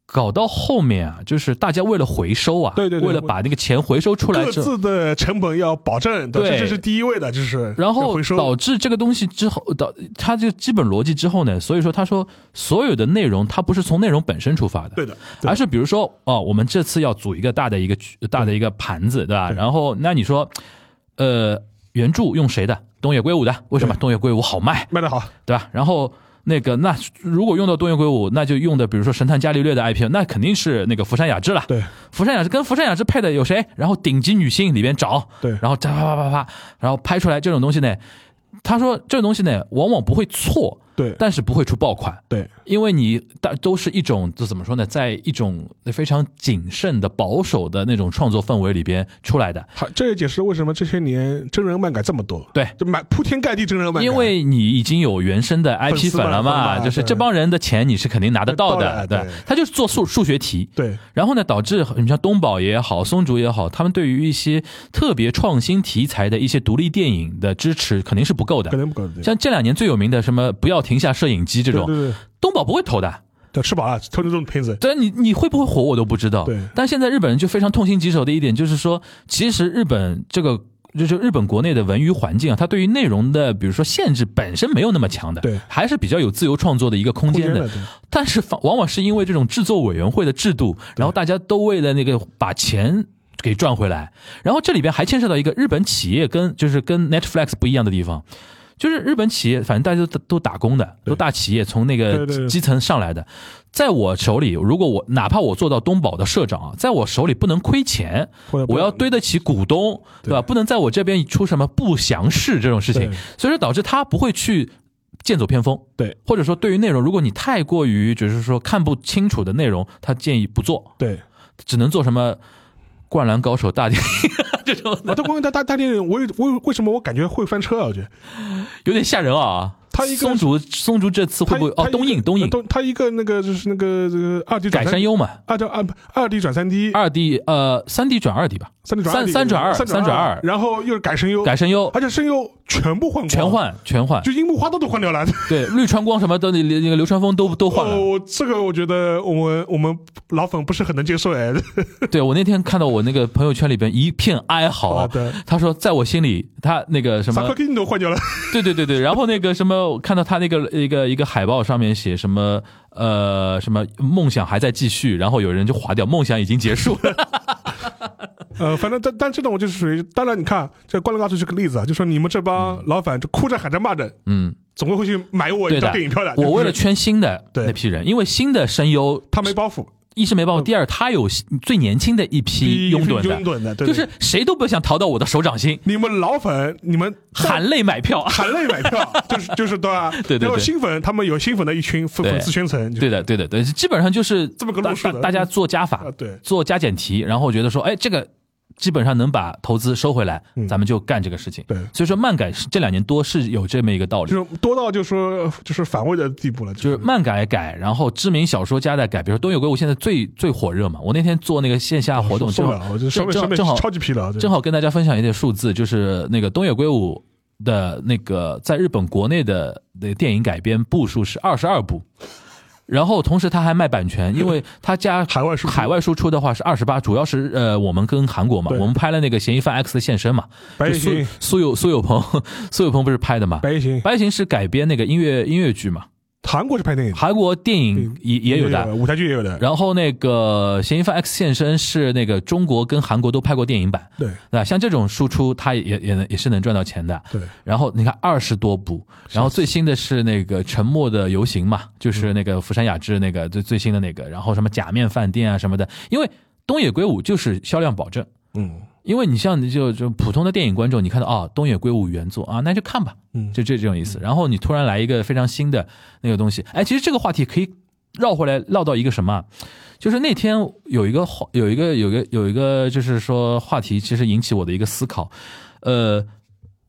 S4: 搞到后面啊，就是大家为了回收啊，
S3: 对对对
S4: 为了把那个钱回收出来
S3: 各
S4: 之后，
S3: 自的成本要保证，
S4: 对
S3: 这这是第一位的，就是
S4: 然后
S3: 回收
S4: 导致这个东西之后，导它这个基本逻辑之后呢，所以说他说所有的内容它不是从内容本身出发的，
S3: 对的，对
S4: 而是比如说哦，我们这次要组一个大的一个局大的一个盘子，对吧？然后那你说，呃，原著用谁的？东野圭吾的，为什么
S3: 对
S4: 东野圭吾好卖，
S3: 卖得好，
S4: 对吧？然后。那个，那如果用到东野圭吾，那就用的比如说《神探伽利略》的 IP，那肯定是那个福山雅治了。
S3: 对
S4: 福山雅治跟福山雅治配的有谁？然后顶级女星里边找，
S3: 对
S4: 然后啪啪啪啪啪，然后拍出来这种东西呢，他说这种东西呢，往往不会错，
S3: 对
S4: 但是不会出爆款，
S3: 对
S4: 因为你大都是一种这怎么说呢，在一种非常谨慎的保守的那种创作氛围里边出来的，
S3: 好，这也解释为什么这些年真人漫改这么多，
S4: 对
S3: 就满铺天盖地真人漫改，
S4: 因为你已经有原生的
S3: 粉
S4: IP
S3: 丝啊
S4: 粉了
S3: 粉
S4: 嘛，
S3: 嘛
S4: 就是
S3: 对
S4: 这帮人的钱你是肯定拿得到
S3: 拿
S4: 的，
S3: 得到的
S4: 吧
S3: 对
S4: 他就是做数数学题，
S3: 对
S4: 然后呢，导致你像东宝也好，松竹也好，他们对于一些特别创新题材的一些独立电影的支持肯定是不够
S3: 可
S4: 的。
S3: 能不够对
S4: 像这两年最有名的什么“不要停下摄影机”这
S3: 对
S4: 种，
S3: 对对，
S4: 东宝不会投的。
S3: 对吃饱了，偷这种片子，
S4: 但你你会不会火我都不知道。
S3: 对
S4: 但现在日本人就非常痛心疾首的一点就是说，其实日本这个。就是日本国内的文娱环境啊，它对于内容的，比如说限制本身没有那么强的，
S3: 对
S4: 还是比较有自由创作的一个空
S3: 空
S4: 间
S3: 间
S4: 的
S3: 的。对
S4: 但是反往往是因为这种制作委员会的制度，然后大家都为了那个把钱。给赚回来，然后这里边还牵涉到一个日本企业跟就是跟 Netflix 不一样的地方，就是日本企业反正大家都都打工的，都大企业从那
S3: 对
S4: 个
S3: 对对
S4: 基层上来的，在我手里，如果我哪怕我做到东宝的社长啊，在我手里不能亏钱，
S3: 或呃者不
S4: 我要对得起股东，对吧？不能在我这边出什么不祥事这种事情
S3: 对，
S4: 所以说导致他不会去剑走偏锋，
S3: 对
S4: 或者说对于内容，如果你太过于就是说看不清楚的内容，他建议不做，
S3: 对。
S4: 只能做什么《灌篮高手》大电影这种
S3: 啊，这关于大大大电影，我有我有为什么我感觉会翻车啊？我觉得
S4: 有点吓人啊。
S3: 他一个
S4: 松竹松竹这次
S3: 他
S4: 会不会
S3: 他
S4: 哦
S3: 一个
S4: 东映东
S3: 呃
S4: 映
S3: 东他一个那个就是那个这个二 D
S4: 改
S3: 转
S4: 山优嘛，
S3: 二叫二二 D 转三 D，
S4: 二 D 呃三 D 转二 D 吧，
S3: 三 D 转
S4: 三
S3: 2D
S4: 三转二
S3: 三
S4: 三转二
S3: 然后又是改声优，
S4: 改山优
S3: 而且声优全部换光，
S4: 全，换全换
S3: 就，樱木花道都换掉了。
S4: 对绿川光什么的那那个流川枫都都换 了。
S3: 哦，这个我觉得我们我们老粉不是很能接受哎。
S4: 对我那天看到我那个朋友圈里边一片哀嚎啊
S3: 好的，
S4: 他说在我心里他那个什
S3: 啊萨克
S4: 么，
S3: 金都换掉了，
S4: 对对对对，然后那个什么，我看到他那个一个一个海报上面写什么呃什么梦想还在继续，然后有人就划掉梦想已经结束了，
S3: 呃，反正但但这种就是属于，当然你看这《灌篮高手》是个例子啊，就说你们这帮老粉就哭着喊着骂着，
S4: 嗯，
S3: 总归会去买我一
S4: 对
S3: 张
S4: 的
S3: 电影票的。
S4: 我为了
S3: 就是
S4: 圈新的
S3: 对嗯
S4: 那批人，因为新的声优
S3: 他没包袱，
S4: 一是没办法，第二他有最年轻的一批拥趸
S3: 拥
S4: 的，
S3: 趸的，对对
S4: 就是谁都不想逃到我的手 掌心，
S3: 你们老粉，你们
S4: 含泪买票。
S3: 含泪买 票，就是就是对吧？
S4: 对对对
S3: 然后新粉，他们有新粉的一群粉
S4: 对
S3: 粉丝圈层，就
S4: 对的，对的，对，基本上就是
S3: 这么个
S4: 大
S3: 路数
S4: 大
S3: 的
S4: 大家做加法
S3: 啊，对
S4: 做加减题，然后觉得说，哎，这个基本上能把投资收回来，
S3: 嗯
S4: 咱们就干这个事情。
S3: 对
S4: 所以说漫改是这两年多是有这么一个道理。
S3: 就是多到就说就是反胃的地步了，就
S4: 就是漫改改，然后知名小说家在改，比如说东野圭吾现在最最火热嘛。我那天做那个线下活动，
S3: 受
S4: 正
S3: 不了，
S4: 好
S3: 我就上
S4: 正
S3: 面上
S4: 正
S3: 面
S4: 正好
S3: 超级疲劳，对
S4: 正好跟大家分享一点数字，就是那个东野圭吾的那个在日本国内的那个电影改编部数是二十二部，然后同时他还卖版权，因为他家
S3: 海外输出
S4: 海外输出的话是二十八，主要是呃我们跟韩国嘛，
S3: 对
S4: 我们拍了那个《嫌疑犯 X 的现身》嘛，
S3: 白夜
S4: 就苏
S3: 行，
S4: 苏有苏有朋苏有朋不是拍的嘛，
S3: 白夜行，
S4: 白夜行是改编那个音乐音乐剧嘛。
S3: 韩国是拍电影的，
S4: 韩国电影也也有的。
S3: 舞台剧也有的，
S4: 然后那个《嫌疑犯 X 现身》是那个中国跟韩国都拍过电影版，
S3: 对
S4: 对吧？像这种输出，它也也也能也是能赚到钱的。
S3: 对，
S4: 然后你看二十多部，然后最新的是嗯那个《沉默的游行》嘛，就是那个釜山雅治那个最最新的那个，然后什么假面饭店啊什么的，因为东野圭吾就是销量保证，
S3: 嗯
S4: 因为你像你就就普通的电影观众，你看到啊、东野圭吾原作啊，那就看吧，
S3: 嗯，
S4: 就这这种意思。然后你突然来一个非常新的那个东西，哎，其实这个话题可以绕回来绕到一个什么啊，就是那天有一个话，有一个有一个有一个就是说话题，其实引起我的一个思考，呃。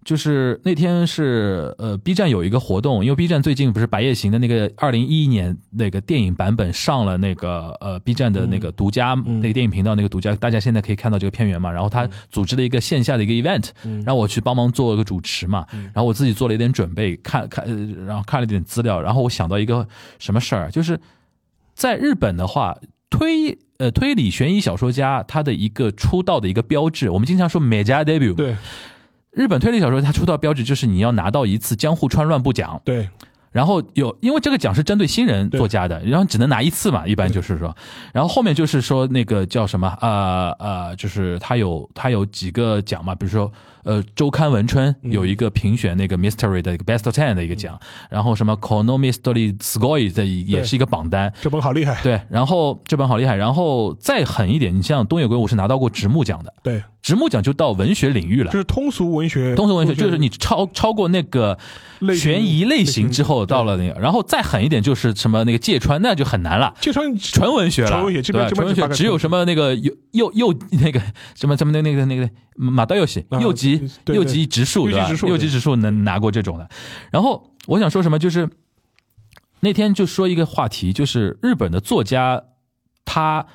S4: 就是那天是呃，B 站有一个活动，因为 B 站最近不是《白夜行》的那个二零一一年那个电影版本上了那个呃 B 站的那个独家、那个电影频道那个独家，大家现在可以看到这个片源嘛。然后他组织了一个线下的一个 event，、让我去帮忙做一个主持嘛。然后我自己做了一点准备，看看，呃然后看了一点资料，然后我想到一个什么事儿，啊就是在日本的话，推呃推理悬疑小说家他的一个出道的一个标志，我们经常说美加 debut，
S3: 对
S4: 日本推理小说它出道标志就是你要拿到一次江户川乱步奖，
S3: 对，
S4: 然后有因为这个奖是针对新人
S3: 对
S4: 作家的，然后只能拿一次嘛，一般就是说，然后后面就是说那个叫什么呃呃，就是他有他有几个奖嘛，比如说呃周刊文春有一个评选那个 mystery 的一个 best ten 的一个奖，然后什么 Konomi Story Score 的也是一个榜单，
S3: 这本好厉害，
S4: 对，然后这本好厉害，然后再狠一点，你像东野圭吾是拿到过直木奖的，
S3: 对，
S4: 直木奖就到文学领域了
S3: 就。是通俗文学，
S4: 通俗文学就是你超超过那个
S3: 类型
S4: 悬疑类型之后，到了那个，然后再狠一点就是什么那个芥川，那就很难了。
S3: 芥川
S4: 纯文学了，
S3: 纯文学基本
S4: 对吧
S3: 基本
S4: 纯文
S3: 就
S4: 学
S3: 大概
S4: 只有什么那个右右右那个什么什么那那个那个马道右喜
S3: 啊
S4: 右吉
S3: 对对
S4: 右吉直树
S3: 右
S4: 对
S3: 吉
S4: 吧
S3: 直？树
S4: 右吉直树能拿过这种的。然后我想说什么，就是那天就说一个话题，就是日本的作家他。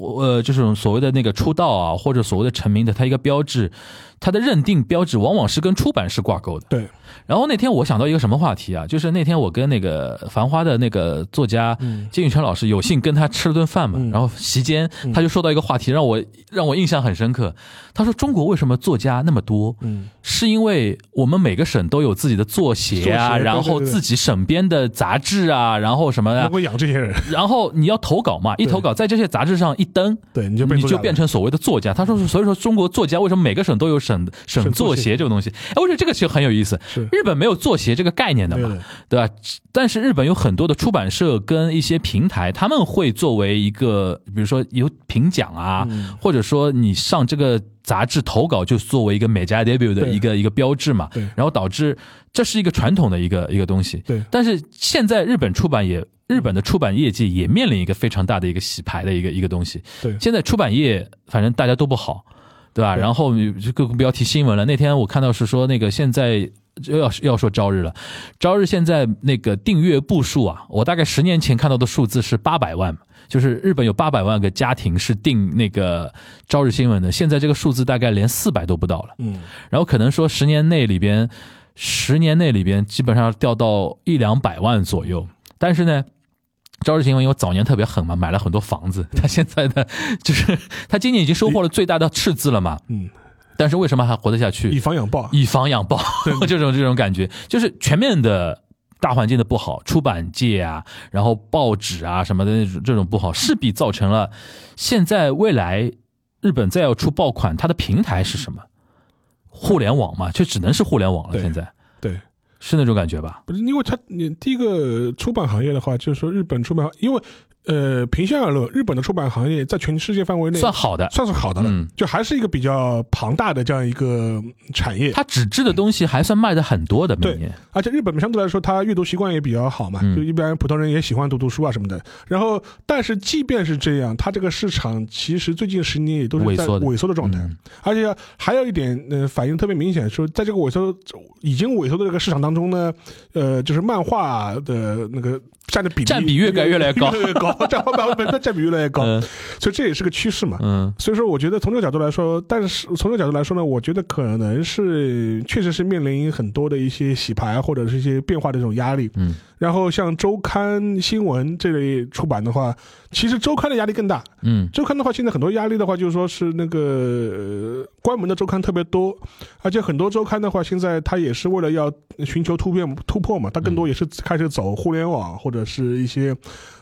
S4: 呃，就是所谓的那个出道啊，或者所谓的成名的，他一个标志，他的认定标志往往是跟出版社挂钩的。
S3: 对，
S4: 然后那天我想到一个什么话题啊？就是那天我跟那个《繁花》的那个作家金宇澄老师有幸跟他吃了顿饭嘛，
S3: 嗯
S4: 然后席间他就说到一个话题，让我让我印象很深刻。他说中国为什么作家那么多？
S3: 嗯，
S4: 是因为我们每个省都有自己的作协啊，
S3: 作协对
S4: 然后
S3: 对对
S4: 自己省编的杂志啊，然后什么
S3: 能
S4: 的，
S3: 够养这些人，
S4: 然后你要投稿嘛，一投稿在这些杂志上一登，
S3: 对你就变
S4: 你
S3: 作家
S4: 就
S3: 了
S4: 变成所谓的作家。他说是，所以说中国作家为什么每个省都有省省
S3: 省作
S4: 作
S3: 协嗯
S4: 协这种东西？哎，我觉得这个其实很有意思
S3: 是。
S4: 日本没有作协这个概念的嘛
S3: 对的，
S4: 对吧？但是日本有很多的出版社跟一些平台，他们会作为一个，比如说有评奖啊，
S3: 嗯
S4: 或者说你上这个杂志投稿，就作为一个美加 debut 的
S3: 对
S4: 一个一个标志嘛
S3: 对。
S4: 然后导致这是一个传统的一个一个东西。
S3: 对
S4: 但是现在日本出版也。日本的出版业界也面临一个非常大的一个洗牌的一个一个东西，
S3: 对
S4: 现在出版业反正大家都不好，对吧？然后你就更不要提新闻了。那天我看到是说那个现在。又要又要说朝日了，朝日现在那个订阅部数啊，我大概十年前看到的数字是八百万，就是日本有八百万个家庭是订那个朝日新闻的，现在这个数字大概连四百都不到了。
S3: 嗯，
S4: 然后可能说十年内里边，十年内里边基本上掉到一两百万左右。但是呢，朝日新闻因为早年特别狠嘛，买了很多房子， 他现在呢，就是他今年已经收获了最大的赤字了嘛，
S3: 嗯，
S4: 但是为什么还活得下
S3: 以
S4: 去？
S3: 房养啊豹，
S4: 以房养豹， 这种这种感觉，就是全面的。大环境的不好，出版界啊，然后报纸啊什么的那种这种不好，势必造成了现在未来日本再要出爆款，它的平台是什么？互联网嘛，就只能是互联网了。
S3: 对
S4: 现在
S3: 对，
S4: 是那种感觉吧？
S3: 不是因为他你第一个出版行业的话，就是说日本出版，因为呃，平心而论，日本的出版行业在全世界范围内
S4: 算好的，
S3: 算是好的了，
S4: 嗯
S3: 就还是一个比较庞大的这样一个产业。
S4: 它纸质的东西还算卖的很多的，每
S3: 对
S4: 年。
S3: 而且日本相对来说，它阅读习惯也比较好嘛，
S4: 嗯
S3: 就一般普通人也喜欢读读书啊什么的。然后，但是即便是这样，它这个市场其实最近十年也都是在
S4: 萎缩的
S3: 萎缩的状态，
S4: 嗯
S3: 而且还有一点，呃，反应特别明显，说在这个萎缩已经萎缩的这个市场当中呢，呃，就是漫画的那个占的比例
S4: 占比越来越来越高
S3: 越来越高， 占漫画本占比越来越高，
S4: 嗯
S3: 所以这也是个趋势嘛。
S4: 嗯，
S3: 所以说，我觉得从这个角度来说，但是从这个角度来说呢，我觉得可能是确实是面临很多的一些洗牌啊或者是一些变化的这种压力。
S4: 嗯，
S3: 然后像周刊新闻这类出版的话，其实周刊的压力更大。
S4: 嗯
S3: 周刊的话，现在很多压力的话，就是说是那个呃关门的周刊特别多，而且很多周刊的话，现在它也是为了要寻求突变突破嘛，它更多也是开始走互联网或者是一些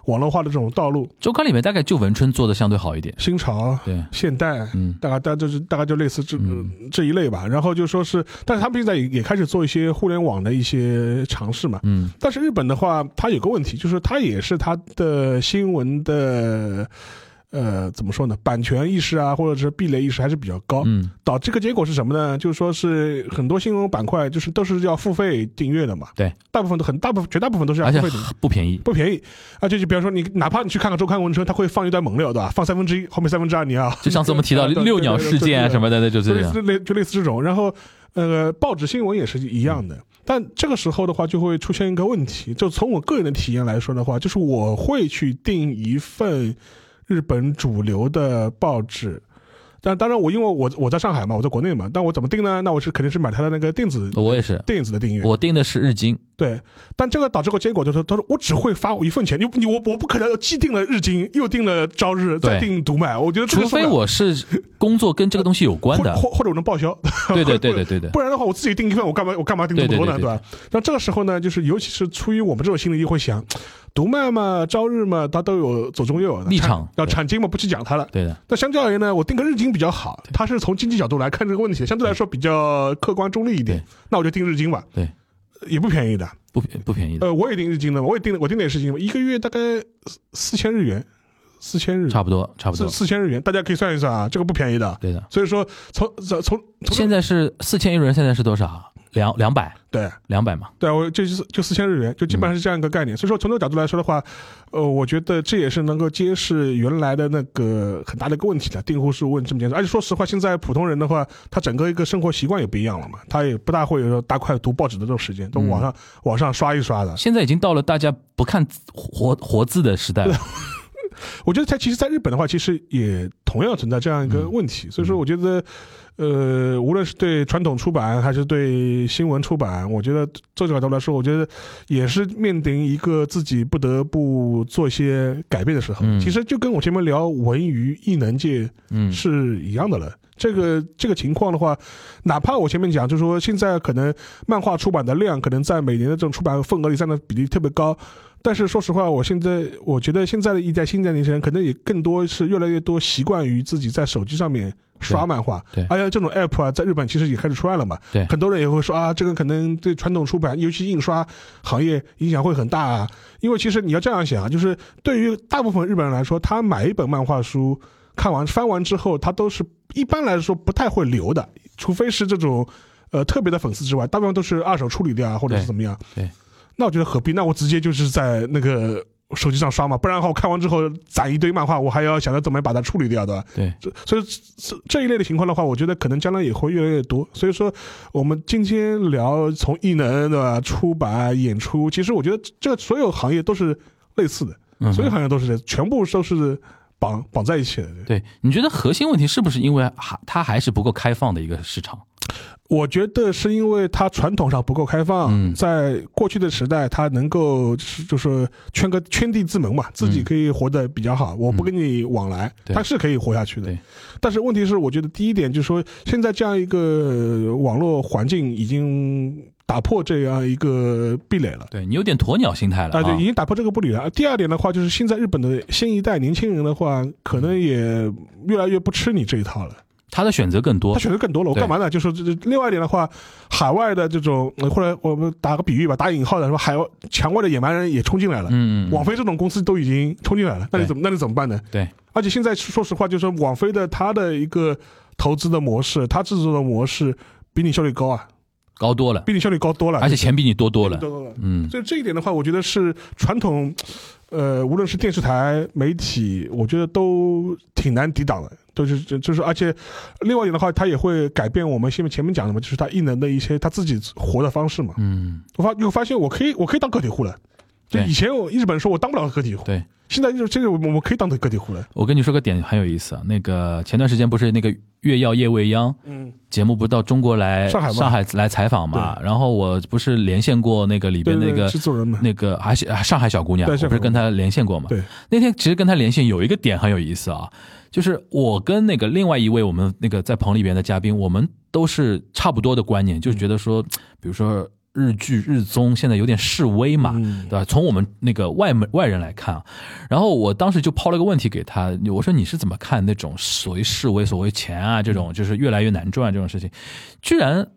S3: 网络化的这种道路，
S4: 周刊里面大概就文春做的相对好一点，
S3: 新潮、
S4: 对，
S3: 现代，
S4: 嗯
S3: 大概大概就是大概就类似这、这一类吧。然后就说是，但是他们现在也也开始做一些互联网的一些尝试嘛。
S4: 嗯
S3: 但是日本的话，它有个问题，就是它也是它的新闻的，呃，怎么说呢？版权意识啊，或者是壁垒意识还是比较高，
S4: 嗯
S3: 导致个结果是什么呢？就是说是很多新闻板块就是都是要付费订阅的嘛。
S4: 对，
S3: 大部分都很大部分绝大部分都是啊要
S4: 而
S3: 付费
S4: 且
S3: 订阅。
S4: 不便宜，
S3: 不便宜，而且就比方说你，哪怕你去看看周刊文春，它会放一段猛料，对吧？放三分之一，后面三分之二你要
S4: 就上次我们提到
S3: 对对对
S4: 遛鸟事件啊什么的，那就是
S3: 就
S4: 这
S3: 类
S4: 样
S3: 似类就类似这种，然后呃，报纸新闻也是一样
S4: 嗯
S3: 的。但这个时候的话，就会出现一个问题，就从我个人的体验来说的话，就是我会去订一份日本主流的报纸。但当然我，因为我我在上海嘛，我在国内嘛，但我怎么订呢？那我是肯定是买它的那个电子
S4: 我也是，
S3: 电子的订阅。
S4: 哦我订的是日经，
S3: 对，但这个导致个结果就是，他说我只会发我一份钱，你你我我不可能既订了日经，又订了朝日，再
S4: 对
S3: 订读卖。我觉得这个
S4: 除
S3: 受不
S4: 非
S3: 了
S4: 我是工作跟这个东西有关
S3: 或
S4: 的，
S3: 或或者我能报销，
S4: 对对对对对对，
S3: 不然的话，我自己订一份，我干嘛我干嘛订那么多呢？
S4: 对对对对
S3: 对吧？那这个时候呢，就是尤其是出于我们这种心理，就会想，读卖嘛、朝日嘛，它都有左中右的
S4: 立
S3: 产
S4: 场
S3: 要
S4: 对
S3: 产经嘛，不去讲它了。
S4: 对的，
S3: 那相较而言呢，我订个日经比较好，它是从经济角度来看这个问题，相对来说比较客观中立一点
S4: 对。
S3: 那我就订日经吧，呃
S4: 对，
S3: 也不便宜的。
S4: 不便不便宜的，
S3: 呃，我也订日经的嘛，我也订我订的也是日经嘛，一个月大概四四千日元，四千日
S4: 差不多差不
S3: 四
S4: 多，
S3: 四千日元，大家可以算一算啊，这个不便宜的。
S4: 对的。
S3: 所以说从从从
S4: 现在是四千一人，现在是多少？两两百
S3: 对
S4: 两百嘛，
S3: 对，啊我就是就四千日元，就基本上是这样一个概念。所以说从这个角度来说的话，呃，我觉得这也是能够揭示原来的那个很大的一个问题的订户数问这么严重。而且说实话，现在普通人的话，他整个一个生活习惯也不一样了嘛，他也不大会有说大块读报纸的这种时间，都网上、网上刷一刷的。
S4: 现在已经到了大家不看字活活字的时代 了。
S3: 我觉得在其实，在日本的话，其实也同样存在这样一个问题。所以说，我觉得，呃，无论是对传统出版还是对新闻出版，我觉得作者角度来说，我觉得也是面临一个自己不得不做一些改变的时候。
S4: 嗯
S3: 其实就跟我前面聊文娱艺能界
S4: 嗯，
S3: 是一样的了。这个这个情况的话，哪怕我前面讲，就是说现在可能漫画出版的量可能在每年的这种出版份额里占的比例特别高，但是说实话，我现在我觉得现在的一代新一代年轻人可能也更多是越来越多习惯于自己在手机上面刷漫画，
S4: 对对
S3: 而且这种 app 啊，在日本其实也开始出来了嘛，
S4: 对
S3: 很多人也会说啊，这个可能对传统出版，尤其印刷行业影响会很大啊，因为其实你要这样想啊，就是对于大部分日本人来说，他买一本漫画书。看完翻完之后，他都是一般来说不太会留的，除非是这种呃特别的粉丝之外，大部分都是二手处理掉啊，或者是怎么样。
S4: 对对
S3: 那我觉得何必？那我直接就是在那个手机上刷嘛，不然的话我看完之后攒一堆漫画，我还要想着怎么把它处理掉，对吧？
S4: 对，
S3: 这所以这这一类的情况的话，我觉得可能将来也会越来越多。所以说，我们今天聊从艺能对吧，出版、演出，其实我觉得这所有行业都是类似的，
S4: 嗯
S3: 所有行业都是类似全部都是绑绑在一起的。对
S4: 对，你觉得核心问题是不是因为还它还是不够开放的一个市场？
S3: 我觉得是因为它传统上不够开放，
S4: 嗯
S3: 在过去的时代，它能够就是就是圈个圈地自萌嘛，自己可以活得比较好，我不跟你往来，
S4: 嗯对
S3: 它是可以活下去的
S4: 对。
S3: 但是问题是，我觉得第一点就是说，现在这样一个呃网络环境已经打破这样一个壁垒了。
S4: 对你有点鸵鸟心态了
S3: 啊，对，已
S4: 啊。
S3: 经打破这个不理了。第二点的话，就是现在日本的新一代年轻人的话，可能也越来越不吃你这一套了。
S4: 他的选择更多
S3: 他，选择更多了，我
S4: 对
S3: 干嘛呢？就是这这另外一点的话，海外的这种，呃或者我们打个比喻吧，打引号的说，海外墙外的野蛮人也冲进来了，
S4: 嗯，嗯嗯
S3: 网飞这种公司都已经冲进来了，那你
S4: 对
S3: 怎么那你怎么办呢？
S4: 对，
S3: 而且现在说实话，就是网飞的它的一个投资的模式，它制作的模式比你效率高啊，
S4: 高多了，
S3: 比你效率高多了，
S4: 而且钱比你多多
S3: 多
S4: 了。
S3: 多了。
S4: 嗯，
S3: 所以这一点的话，我觉得是传统，呃，无论是电视台、媒体，我觉得都挺难抵挡的。就是就就是，而且另外一点的话，它也会改变我们前面前面讲的嘛，就是它异能的一些他自己活的方式嘛。
S4: 嗯，
S3: 我发又发现我可以我可以当个体户了。就
S4: 对
S3: 以前我日本说我当不了个体户，
S4: 对。
S3: 现在就是这个我们我们可以当个体户了。
S4: 我跟你说个点很有意思啊，那个前段时间不是那个越要夜未央
S3: 嗯，
S4: 节目不是到中国来
S3: 上海吗
S4: 来采访嘛，然后我不是连线过那个里
S3: 对
S4: 边那
S3: 对
S4: 个
S3: 制作人嘛，
S4: 那个还是啊上海小姑娘，
S3: 对
S4: 我
S3: 上海
S4: 不是跟她连线过嘛？
S3: 对，
S4: 那天其实跟她连线有一个点很有意思啊，就是我跟那个另外一位我们那个在棚里边的嘉宾，我们都是差不多的观念，就是觉得说，比如说日剧、日综现在有点示威嘛，
S3: 嗯
S4: 对吧？从我们那个外门外人来看啊，然后我当时就抛了个问题给他，我说你是怎么看那种所谓示威、所谓钱啊这种，就是越来越难赚这种事情？居然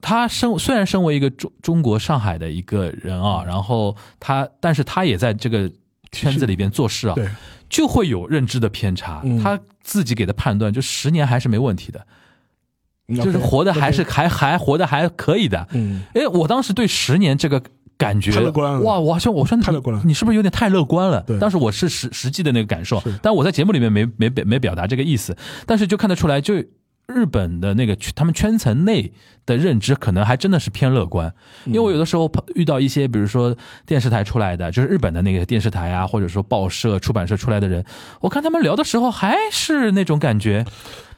S4: 他身虽然身为一个中中国上海的一个人啊，然后他，但是他也在这个圈子里边做事啊，
S3: 对，
S4: 就会有认知的偏差
S3: 嗯。
S4: 他自己给的判断，就十年还是没问题的，
S3: 就
S4: 就是活的还是还还活的还可以的。
S3: 嗯，
S4: 哎，我当时对十年这个感觉
S3: 太乐观了
S4: 哇！我好像我说你
S3: 太乐观了
S4: 你是不是有点太乐观了
S3: 对？
S4: 当时我是实实际的那个感受
S3: 是，
S4: 但我在节目里面没没没没表达这个意思，但是就看得出来，就日本的那个圈他们圈层内的认知可能还真的是偏乐观，
S3: 嗯
S4: 因为我有的时候碰遇到一些，比如说电视台出来的，就是日本的那个电视台啊，或者说报社、出版社出来的人，我看他们聊的时候还是那种感觉，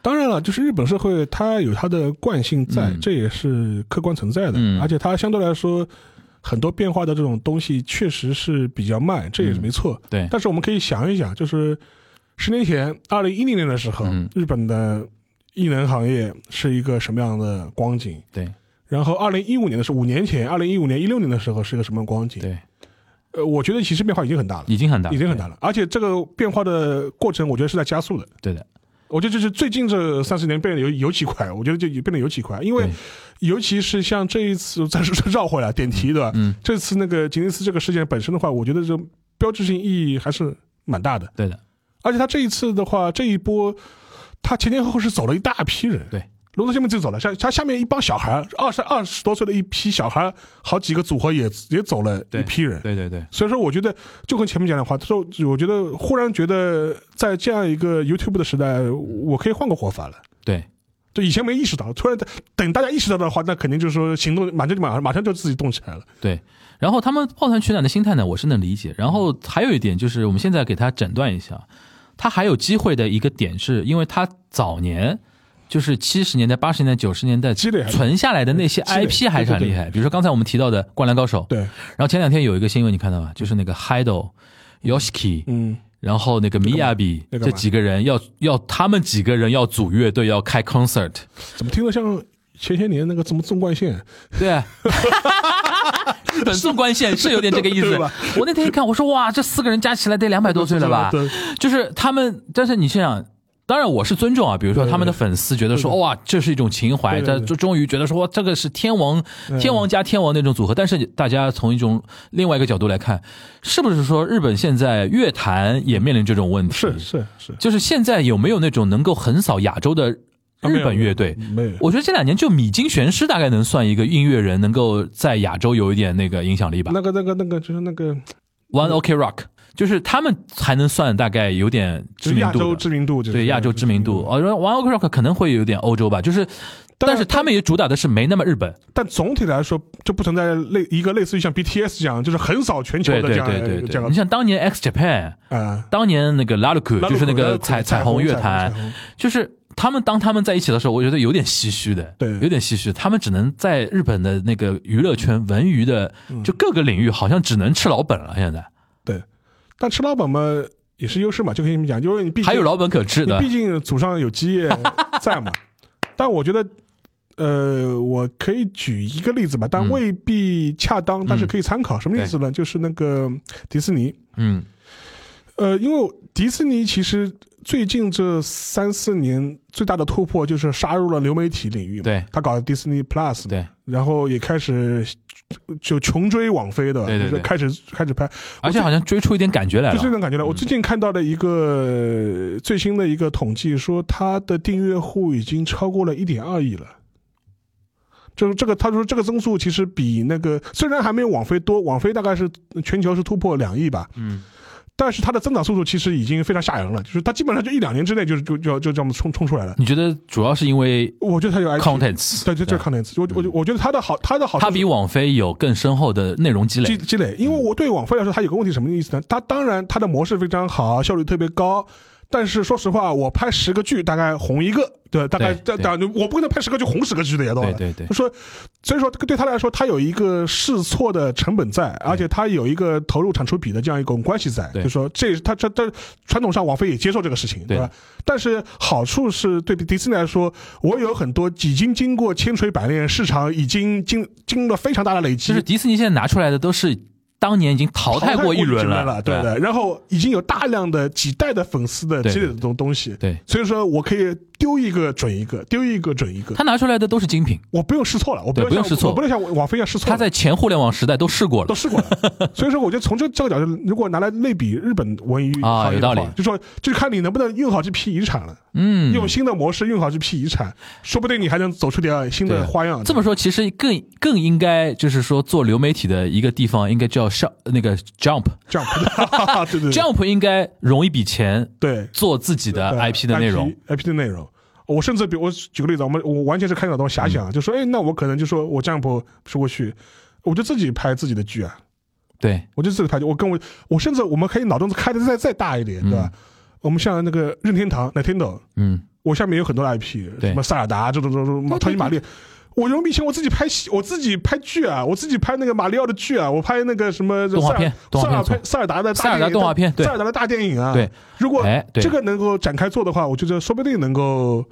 S3: 当然了，就是日本社会它有它的惯性在，
S4: 嗯
S3: 这也是客观存在的，
S4: 嗯
S3: 而且它相对来说很多变化的这种东西确实是比较慢，这也
S4: 嗯
S3: 是没错。
S4: 对，
S3: 但是我们可以想一想，就是十年前，二零一零年的时候，
S4: 嗯
S3: 日本的艺能行业是一个什么样的光景？
S4: 对，
S3: 然后二零一五年的时候，五年前，二零一五年、一六年的时候是一个什么样的光景？
S4: 对，
S3: 呃，我觉得其实变化已经很大了，
S4: 已经很大，
S3: 已经很大了，而且这个变化的过程，我觉得是在加速的。
S4: 对，对的，
S3: 我觉得就是最近这三十年变得尤尤其快，我觉得就变得尤其快，因为
S4: 对
S3: 尤其是像这一次，再说绕回来点题对吧？
S4: 嗯，
S3: 这次那个吉尼斯这个事件本身的话，我觉得这标志性意义还是蛮大的。
S4: 对的，
S3: 而且他这一次的话，这一波他前前后后是走了一大批人，
S4: 对，
S3: 龙头下面就走了，像他下面一帮小孩儿，二十二十多岁的一批小孩儿，好几个组合也也走了一
S4: 对
S3: 批人，
S4: 对对对，
S3: 所以说，我觉得就跟前面讲的话，就我觉得忽然觉得在这样一个 YouTube 的时代，我可以换个活法了。
S4: 对。
S3: 就以前没意识到，突然等大家意识到的话，那肯定就是说行动马上就马上马上就自己动起来了。
S4: 对，然后他们抱团取暖的心态呢，我是能理解。然
S3: 嗯
S4: 后还有一点就是，我们现在给他诊断一下，他还有机会的一个点是，因为他早年就是七十年代、八十年代、九十年代
S3: 积累还是
S4: 存下来的那些
S3: 积累
S4: IP 还是很
S3: 对对对
S4: 厉害，比如说刚才我们提到的《灌篮高手》，
S3: 对，
S4: 然后前两天有一个新闻你看到吗？就是那个 Hido、Yoshiki，
S3: 嗯，
S4: 然后那个米亚比
S3: 那个嘛
S4: 这几个人要要他们几个人要组乐队要开 concert，
S3: 怎么听着像前些年那个什么纵贯线？
S4: 对啊，日本纵贯线是有点这个意思
S3: 对吧。
S4: 我那天一看，我说哇，这四个人加起来得两百多岁了吧？
S3: 对
S4: 就是他们，但是你想想。当然，我是尊重啊。比如说，
S3: 对对
S4: 他们的粉丝觉得说，哇，这是一种情怀，
S3: 对对
S4: 这
S3: 对
S4: 终终于觉得说，哇，这个是天王、天王加天王那种组合。但是大家从一种另外一个角度来看，是不是说日本现在乐坛也面临这种问题？
S3: 是是是，
S4: 就是现在有没有那种能够横扫亚洲的
S3: 啊没
S4: 日
S3: 有
S4: 本乐队？
S3: 没有，
S4: 我觉得这两年就米津玄师大概能算一个音乐人，能够在亚洲有一点那个影响力吧。
S3: 那个那个那个就是那个
S4: One OK Rock 就是他们才能算大概有点
S3: 就
S4: 知
S3: 是
S4: 名
S3: 亚洲
S4: 度
S3: 知
S4: 的。
S3: 名度，就是嗯
S4: 对亚洲知名度，。哦，然后 One Ok Rock 可能会有点欧洲吧，就是，
S3: 但
S4: 但是他们也主打的是没那么日本，
S3: 但总体来说，就不存在类一个类似于像 BTS 这样，就是横扫全球
S4: 对
S3: 的这
S4: 对
S3: 样
S4: 对对
S3: 这
S4: 对。
S3: 样
S4: 你像当年 X Japan，
S3: 啊。
S4: 当年那个 l a l u k 就是那个彩彩虹乐坛，
S3: 彩虹
S4: 就是他们当他们在一起的时候，我觉得有点唏嘘的，
S3: 对
S4: 有点唏嘘。他们只能在日本的那个娱乐圈、文娱的
S3: 嗯
S4: 就各个领域，好像只能吃老本了。现在
S3: 对，但吃老本嘛也是优势嘛，就跟你们讲，因为你毕竟
S4: 还有老本可吃
S3: 你
S4: 的
S3: 毕，竟祖上有基 业在嘛。但我觉得，呃，我可以举一个例子吧，但
S4: 嗯
S3: 未必恰当，但是
S4: 嗯
S3: 可以参考。什么例子呢？就是那个迪士尼，
S4: 嗯，
S3: 呃，因为迪士尼其实最近这三四年最大的突破就是杀入了流媒体领域嘛，
S4: 对
S3: 他搞了迪士尼 Plus，
S4: 对，
S3: 然后也开始就穷追网飞的，
S4: 对
S3: 就
S4: 对
S3: 是
S4: 对
S3: 开始开始拍，
S4: 而且好像追出一点感觉来
S3: 就是这
S4: 了。
S3: 种感觉了。我最近看到的一个呃最新的一个统计说，它的订阅户已经超过了一点二亿了。就是这个，他说这个增速其实比那个虽然还没有网飞多，网飞大概是呃全球是突破两亿吧，
S4: 嗯，
S3: 但是它的增长速度其实已经非常吓人了，就是它基本上就一两年之内就是就就就这么冲冲出来了。
S4: 你觉得主要是因为
S3: 我觉得它有 IP，
S4: contents，
S3: 对，就就是 content，我我我觉得它的好，它的好处
S4: 它
S3: 是
S4: 比网飞有更深厚的内容积
S3: 积
S4: 累。
S3: 积累。因为我对网飞来说，它有个问题什么意思呢？它当然它的模式非常好，效率特别高，但是说实话，我拍十个剧大概红一个，对，大概
S4: 对
S3: 大大，我不可能拍十个就红十个剧的也到了。
S4: 对对对
S3: 就说，所以说对他来说，他有一个试错的成本在，而且他有一个投入产出比的这样一种关系在。
S4: 对
S3: 就说这他他他传统上王菲也接受这个事情，
S4: 对
S3: 吧？但是好处是对比迪士尼来说，我有很多已经经过千锤百炼，市场已经经经了非常大的累积，
S4: 就是迪士尼现在拿出来的都是当年已经淘汰过一轮
S3: 了，对
S4: 对
S3: 的。然后已经有大量的几代的粉丝的
S4: 对
S3: 积累的东东西，
S4: 对
S3: 所以说我可以丢一个准一个，丢一个准一个，
S4: 他拿出来的都是精品，
S3: 我不用试错了，我不用
S4: 对
S3: 像
S4: 不用试错
S3: 我不能像网飞一样试错
S4: 他
S3: 了。
S4: 在前互联网时代都试过
S3: 都
S4: 了，
S3: 试过 了，所以说我觉得从这这个角度，如果拿来类比日本文娱
S4: 啊
S3: 行业
S4: 有
S3: 的
S4: 道
S3: 话
S4: 理
S3: 就说就是看你能不能用好这批遗产了，
S4: 嗯，
S3: 用新的模式用好这批遗产，说不定你还能走出点新
S4: 对啊
S3: 的花样。
S4: 这么说，其实更更应该就是说，做流媒体的一个地方应该叫上那个 jump，jump
S3: 这样，jump，对对 对，
S4: 应该融一笔钱
S3: 对
S4: 做自己的
S3: 对
S4: IP 呃的内容。
S3: ，IP 的内容。我甚至比我举个例子，我们我完全是看到到遐想，就说，哎，那我可能就说我这样不说过去，我就自己拍自己的剧啊，
S4: 对，
S3: 我就自己拍剧，我跟我我甚至我们可以脑洞子开的再再大一点，对吧？我们像那个任天堂 Nintendo，
S4: 嗯，
S3: 我下面有很多 IP，
S4: 对
S3: 什么塞尔达这种这种这种超级玛丽。我用以前我自己拍戏，我自己拍剧啊，我自己拍那个马里奥的剧啊，我拍那个什么
S4: 动画片
S3: 塞
S4: 动
S3: 尔塞
S4: 画片
S3: 尔
S4: 不错
S3: 拍塞尔达的大
S4: 塞尔达
S3: 电影
S4: 动画片对
S3: 塞尔达的大电影啊，
S4: 对，
S3: 如果
S4: 哎对
S3: 这个能够展开做的话，我觉得说不定能够。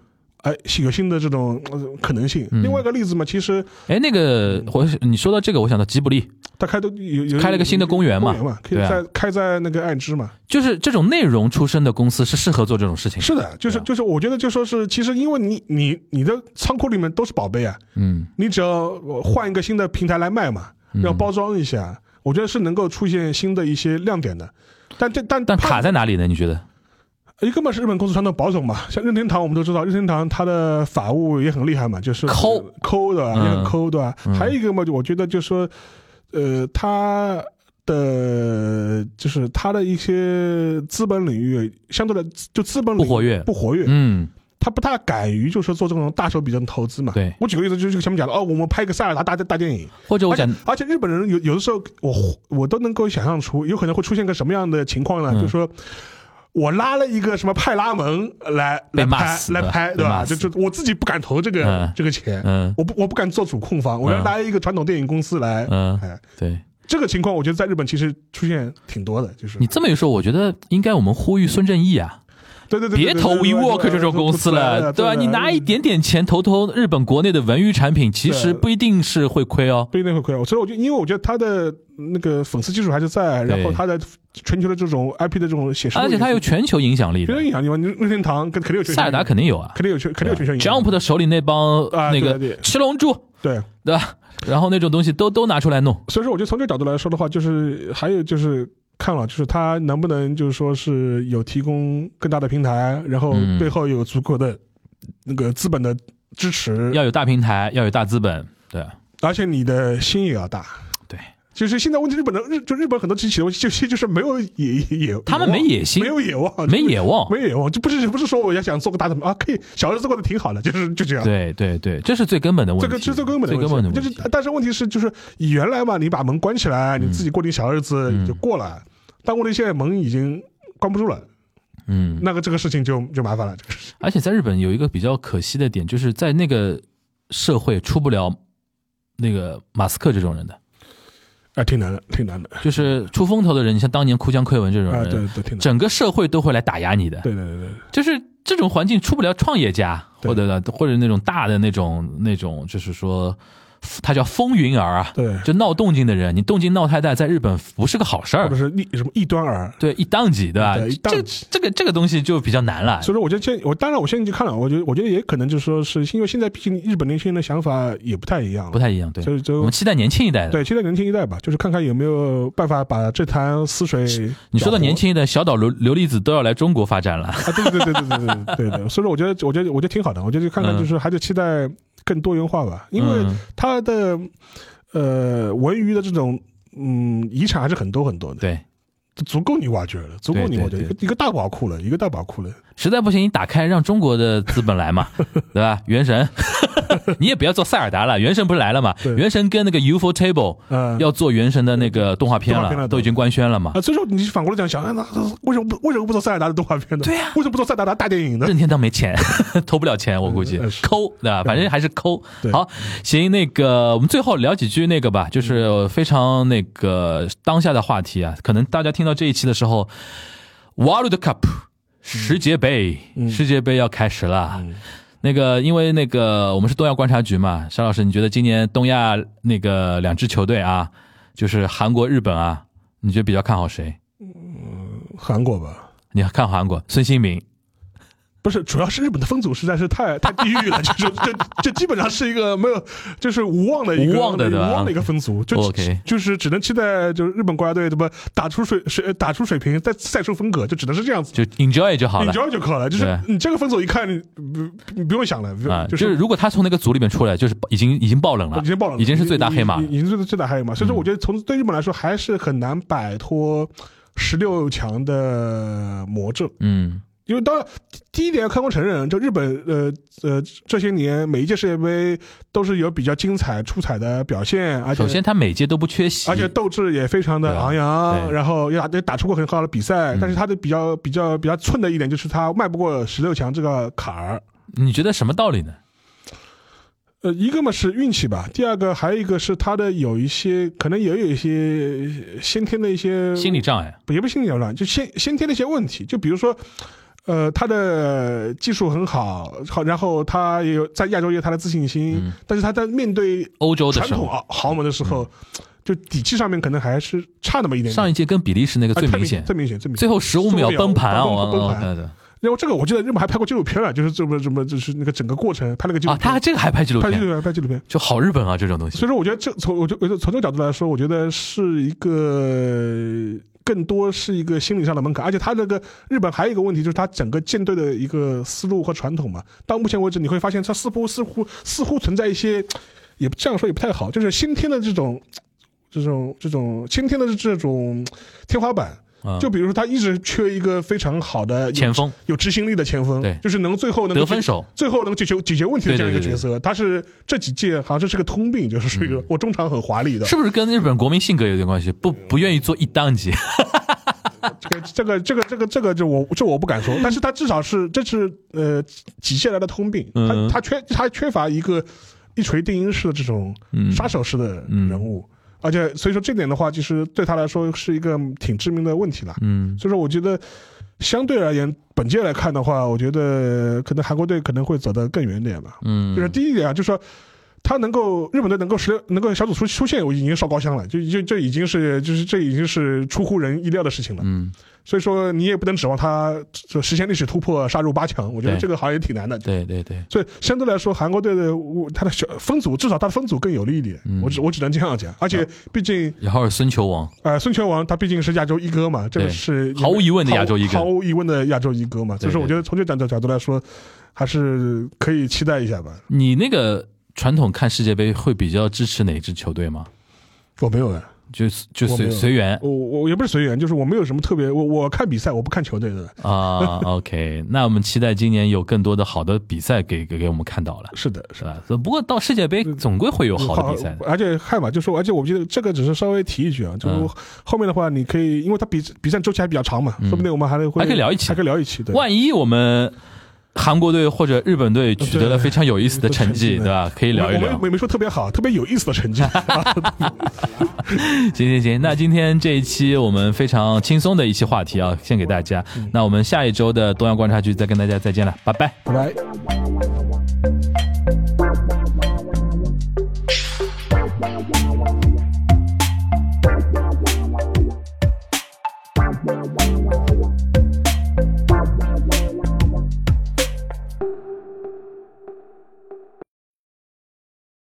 S3: 哎，有新的这种呃可能性。
S4: 嗯
S3: 另外一个例子嘛，其实
S4: 哎，那个我你说到这个，我想到吉卜力，
S3: 他开都有有
S4: 开了个新的公园嘛
S3: 公园嘛，可以
S4: 对啊
S3: 在开在那个爱知嘛。
S4: 就是这种内容出身的公司是适合做这种事情。
S3: 是的，就是
S4: 对啊
S3: 就是，我觉得就说是，其实因为你你你的仓库里面都是宝贝啊，
S4: 嗯，
S3: 你只要换一个新的平台来卖嘛，要包装一下，我觉得是能够出现新的一些亮点的。但这但
S4: 但
S3: 它
S4: 卡在哪里呢？你觉得？
S3: 一个嘛是日本公司传统保守嘛，像任天堂我们都知道，任天堂它的法务也很厉害嘛，就是
S4: 抠
S3: 抠的，啊
S4: 嗯
S3: 也很抠的。
S4: 嗯
S3: 还有一个嘛，就我觉得就是说，呃，它的就是它的一些资本领域相对的就资本领域
S4: 不活跃
S3: 不活跃，
S4: 嗯，
S3: 他不大敢于就是说做这种大手笔的投资嘛。
S4: 对
S3: 我举个例子，就是前面讲的哦，我们拍一个塞尔达大大电影，
S4: 或者我讲
S3: 而且，而且日本人有有的时候，我我都能够想象出有可能会出现个什么样的情况呢？
S4: 嗯
S3: 就是说。我拉了一个什么派拉蒙来
S4: 被
S3: 来
S4: 骂
S3: 拍
S4: 死
S3: 来
S4: 对吧
S3: 拍，对
S4: 被
S3: 吧？
S4: 骂
S3: 就
S4: 死
S3: 就我自己不敢投这个、
S4: 嗯
S3: 这个钱，
S4: 嗯
S3: 我不我不敢做主控方，我要
S4: 嗯
S3: 拉一个传统电影公司来。
S4: 嗯，
S3: 哎，
S4: 对
S3: 这个情况我觉得在日本其实出现挺多的，就是
S4: 你这么一说，我觉得应该我们呼吁孙正义啊，
S3: 对对对，
S4: 别投 WeWork 这种公司了，
S3: 对
S4: 对吧？你拿一
S3: 点。
S4: 点点钱投投日本国内的文娱产品，其实不一定是会亏哦。
S3: 不一定会亏。所以我就因为我觉得他的那个粉丝基础还是在，
S4: 对
S3: 然后他的全球的这种 IP 的这种写实度
S4: 而
S3: 也是，
S4: 且它有全球影响力
S3: 全
S4: 的
S3: 球，影响力嘛，你任天堂肯定有全球影响力，
S4: 塞尔达肯定有啊
S3: 肯定有全肯定有全球影响力。
S4: ，Jump 的手里那帮
S3: 啊
S4: 那
S3: 对
S4: 个
S3: 对
S4: 七龙珠，
S3: 对，
S4: 对吧？然后那种东西都都拿出来弄，
S3: 所以说我觉得从这个角度来说的话，就是还有就是。看了，就是他能不能就是说是有提供更大的平台，然后
S4: 嗯
S3: 背后有足够的那个资本的支持，
S4: 要有大平台，要有大资本，对
S3: 而且你的心也要大。
S4: 对。
S3: 就是现在问题，日本的日就日本很多崛起的问题，就是就是没有野野，
S4: 他们没野心
S3: 没有野望，
S4: 没野望。
S3: 没有，我就不是不是说我要想做个大怎么啊，可以，小孩子做的挺好的，就是就这样。
S4: 对对对，这是最根本的问题，
S3: 这个这是最根本的
S4: 最
S3: 问题，
S4: 根本的
S3: 就
S4: 问
S3: 是
S4: 题。
S3: 但是问题是就是原来嘛，你把门关起来，你自己过你小日子
S4: 嗯
S3: 就过了，但问题现在门已经关不住了，
S4: 嗯，
S3: 那个这个事情就就麻烦了，这个事情。
S4: 而且在日本有一个比较可惜的点，就是在那个社会出不了那个马斯克这种人的。
S3: 哎，挺难的，挺难的
S4: 就是出风头的人，你像当年哭江亏文这种
S3: 啊，
S4: 人，
S3: 对对，挺难的，
S4: 整个社会都会来打压你的。
S3: 对对对对，
S4: 就是这种环境出不了创业家，
S3: 对
S4: 或者呢或者那种大的那种那种，就是说，他叫风云儿啊，
S3: 对
S4: 就闹动静的人，你动静闹太大，在日本不是个好事
S3: 或者
S4: 儿。
S3: 是逆什么异端儿。
S4: 对，一档级，对吧？
S3: 对一档
S4: 啊这
S3: 级
S4: 这个这个东西就比较难了。
S3: 所以说，我觉得现我当然我现在就看了，我觉得我觉得也可能就是说是因为现在毕竟日本年轻人的想法也不太一样了，
S4: 不太一样，对
S3: 所以就
S4: 我们期待年轻一代的。
S3: 对，期待年轻一代吧，就是看看有没有办法把这潭死水。
S4: 你说的年轻一代，小岛琉琉璃子都要来中国发展了。
S3: 啊，对对对对对对对对对，所以说我觉得我觉得我觉得挺好的，我觉得看看就是还得期待更多元化吧，因为
S4: 嗯
S3: 它的呃文娱的这种。嗯，遗产还是很多很多的，
S4: 对，
S3: 足够你挖掘了，足够你挖掘
S4: 对
S3: 一
S4: 对
S3: 个一个大宝库了，一个大宝库了。
S4: 实在不行，你打开让中国的资本来嘛，对吧？原神， 你也不要做塞尔达了，原神不是来了嘛？
S3: 对
S4: 原神跟那个 UFO Table
S3: 嗯
S4: 要做原神的那个动画片
S3: 动画片
S4: 了，
S3: 了
S4: 都已经官宣了嘛
S3: 啊，？所以说你反过来讲，想，哎，那那为什么不为什么不做塞尔达的动画片呢？对呀、为什么不做塞尔达大电影呢？
S4: 任天堂没钱， 投不了钱，我估计
S3: 嗯是
S4: 抠，对吧？反正还是抠
S3: 对。
S4: 好，行，那个我们最后聊几句那个吧，就是非常那个当下的话题啊，可能大家听到这一期的时候，World Cup
S3: 嗯
S4: 世界杯，世界杯要开始了。那个，因为那个我们是东亚观察局嘛，沙老师，你觉得今年东亚那个两支球队啊，就是韩国、日本啊，你觉得比较看好谁？
S3: 韩国吧。
S4: 你看韩国孙兴民，
S3: 不是，主要是日本的分组实在是太太地狱了，就是这这基本上是一个没有，就是无望的一个
S4: 无望的对吧
S3: 无望的一个分组，就
S4: OK
S3: 就是只能期待就是日本国家队对吧，打出水水打出水平，再赛出分隔，就只能是这样子。
S4: 就 enjoy 就好了。
S3: enjoy 就可了，就是
S4: 对
S3: 你这个分组一看，你不你不用想了，
S4: 啊，
S3: 就
S4: 就是是如果他从那个组里面出来，就是已经已经爆冷了，
S3: 已经爆冷了，
S4: 已经是最大黑马嗯
S3: 已。已已经是最大黑马。所以说，我觉得从对日本来说，还是很难摆脱十六强的魔咒。
S4: 嗯
S3: 因为当然，第一点要开光承认，就日本呃呃这些年每一届世界杯都是有比较精彩出彩的表现，而且
S4: 首先他每届都不缺席，
S3: 而且斗志也非常的
S4: 对啊
S3: 昂扬，
S4: 对嗯
S3: 然后也打也打出过很好的比赛，但是他的比较比较比较寸的一点就是他迈不过十六强这个坎儿。
S4: 你觉得什么道理呢？
S3: 呃，一个嘛是运气吧，第二个还有一个是他的有一些可能也有一些先天的一些
S4: 心理啊障碍，
S3: 也不是心理扰乱，就先先天的一些问题，就比如说。呃，他的技术很好，好，然后他也有在亚洲也有他的自信心，但是他在面对
S4: 欧洲嗯的
S3: 传
S4: 时
S3: 统啊
S4: 候，嗯
S3: 豪豪门的时候，就底气上面可能还是差那么一点点。
S4: 上一届跟比利时那个
S3: 啊
S4: 最
S3: 太
S4: 明显，
S3: 最明显，最明显。
S4: 最后十五秒
S3: 15
S4: 崩盘啊！
S3: 崩
S4: 我
S3: 崩崩
S4: 我
S3: 盘。
S4: 对对
S3: 然后这个我记得日本还拍过纪录片啊了，就是这么这么就是那个整个过程拍了个纪录
S4: 啊，
S3: 片，
S4: 他这个还拍纪录
S3: 拍纪录
S4: 片，
S3: 片，拍纪录片。
S4: 就好日本啊这种东西
S3: 所以说，我觉得这从我就我就从这个角度来说，我觉得是一个更多是一个心理上的门槛，而且他这个日本还有一个问题，就是他整个舰队的一个思路和传统嘛。到目前为止，你会发现他似乎似乎似乎存在一些，也不这样说也不太好，就是先天的这种。这种这种先天的这种天花板，
S4: 啊，
S3: 就比如说他一直缺一个非常好的有
S4: 前锋
S3: 有执行力的前锋，
S4: 对
S3: 就是能最后能
S4: 得分手，
S3: 最后能解决解决问题的这样一个
S4: 对对对
S3: 角色，他是这几届好像这是个通病，就是这个我中场很华丽的
S4: 是，不是跟日本国民性格有点关系？不不愿意做一档 级，
S3: 这个这个这个这个这个就我这我不敢说，但是他至少是这是呃几届来的通病，
S4: 嗯
S3: 他他缺他缺乏一个一锤定音式的这种
S4: 嗯
S3: 杀手式的人物，而且所以说这点的话，其实对他来说是一个挺致命的问题了，
S4: 嗯，
S3: 所以说我觉得。相对而言，本届来看的话，我觉得可能韩国队可能会走得更远点吧。
S4: 嗯
S3: 就是第一点啊，就是说他能够日本队能够十六能够小组出出线，我已经烧高香了，就就这已经是就是这已经是出乎人意料的事情了。
S4: 嗯，
S3: 所以说你也不能指望他就实现历史突破，杀入八强，我觉得
S4: 对
S3: 这个好像也挺难的。
S4: 对对对，
S3: 所以相对来说，韩国队的我他的小分组至少他的分组更有利一点，
S4: 嗯
S3: 我只我只能这样讲。而且毕竟
S4: 然后是孙球王，
S3: 呃，孙权王他毕竟是亚洲一哥嘛，这个
S4: 对
S3: 是
S4: 毫无疑问的亚洲一哥
S3: 毫无疑问的亚洲一哥嘛。所以说，
S4: 对对
S3: 我觉得从这角度角度来说，还是可以期待一下吧。
S4: 你那个传统看世界杯会比较支持哪支球队吗？
S3: 我没有哎、
S4: 就就
S3: 我没
S4: 随
S3: 有
S4: 随缘，
S3: 我我也不是随缘，就是我没有什么特别，我我看比赛我不看球队的。
S4: 啊、o k 那我们期待今年有更多的好的比赛给给给我们看到了，
S3: 是的，
S4: 是吧？不过到世界杯
S3: 嗯
S4: 总归会有好的比赛的，
S3: 而且看吧，就说，而且我觉得这个只是稍微提一句啊，就是
S4: 嗯
S3: 后面的话，你可以，因为它比比赛周期还比较长嘛，说不定我们还能会
S4: 还可以聊一期
S3: 还可以聊一期，对。
S4: 万一我们韩国队或者日本队取得了非常有意思的成绩，
S3: 对
S4: 对吧？可以聊一
S3: 我
S4: 聊
S3: 们。没没说特别好，特别有意思的成绩。
S4: 行行行，那今天这一期我们非常轻松的一期话题啊，献给大家。
S3: 嗯
S4: 那我们下一周的东亚观察局再跟大家再见了，拜拜。
S3: 拜拜。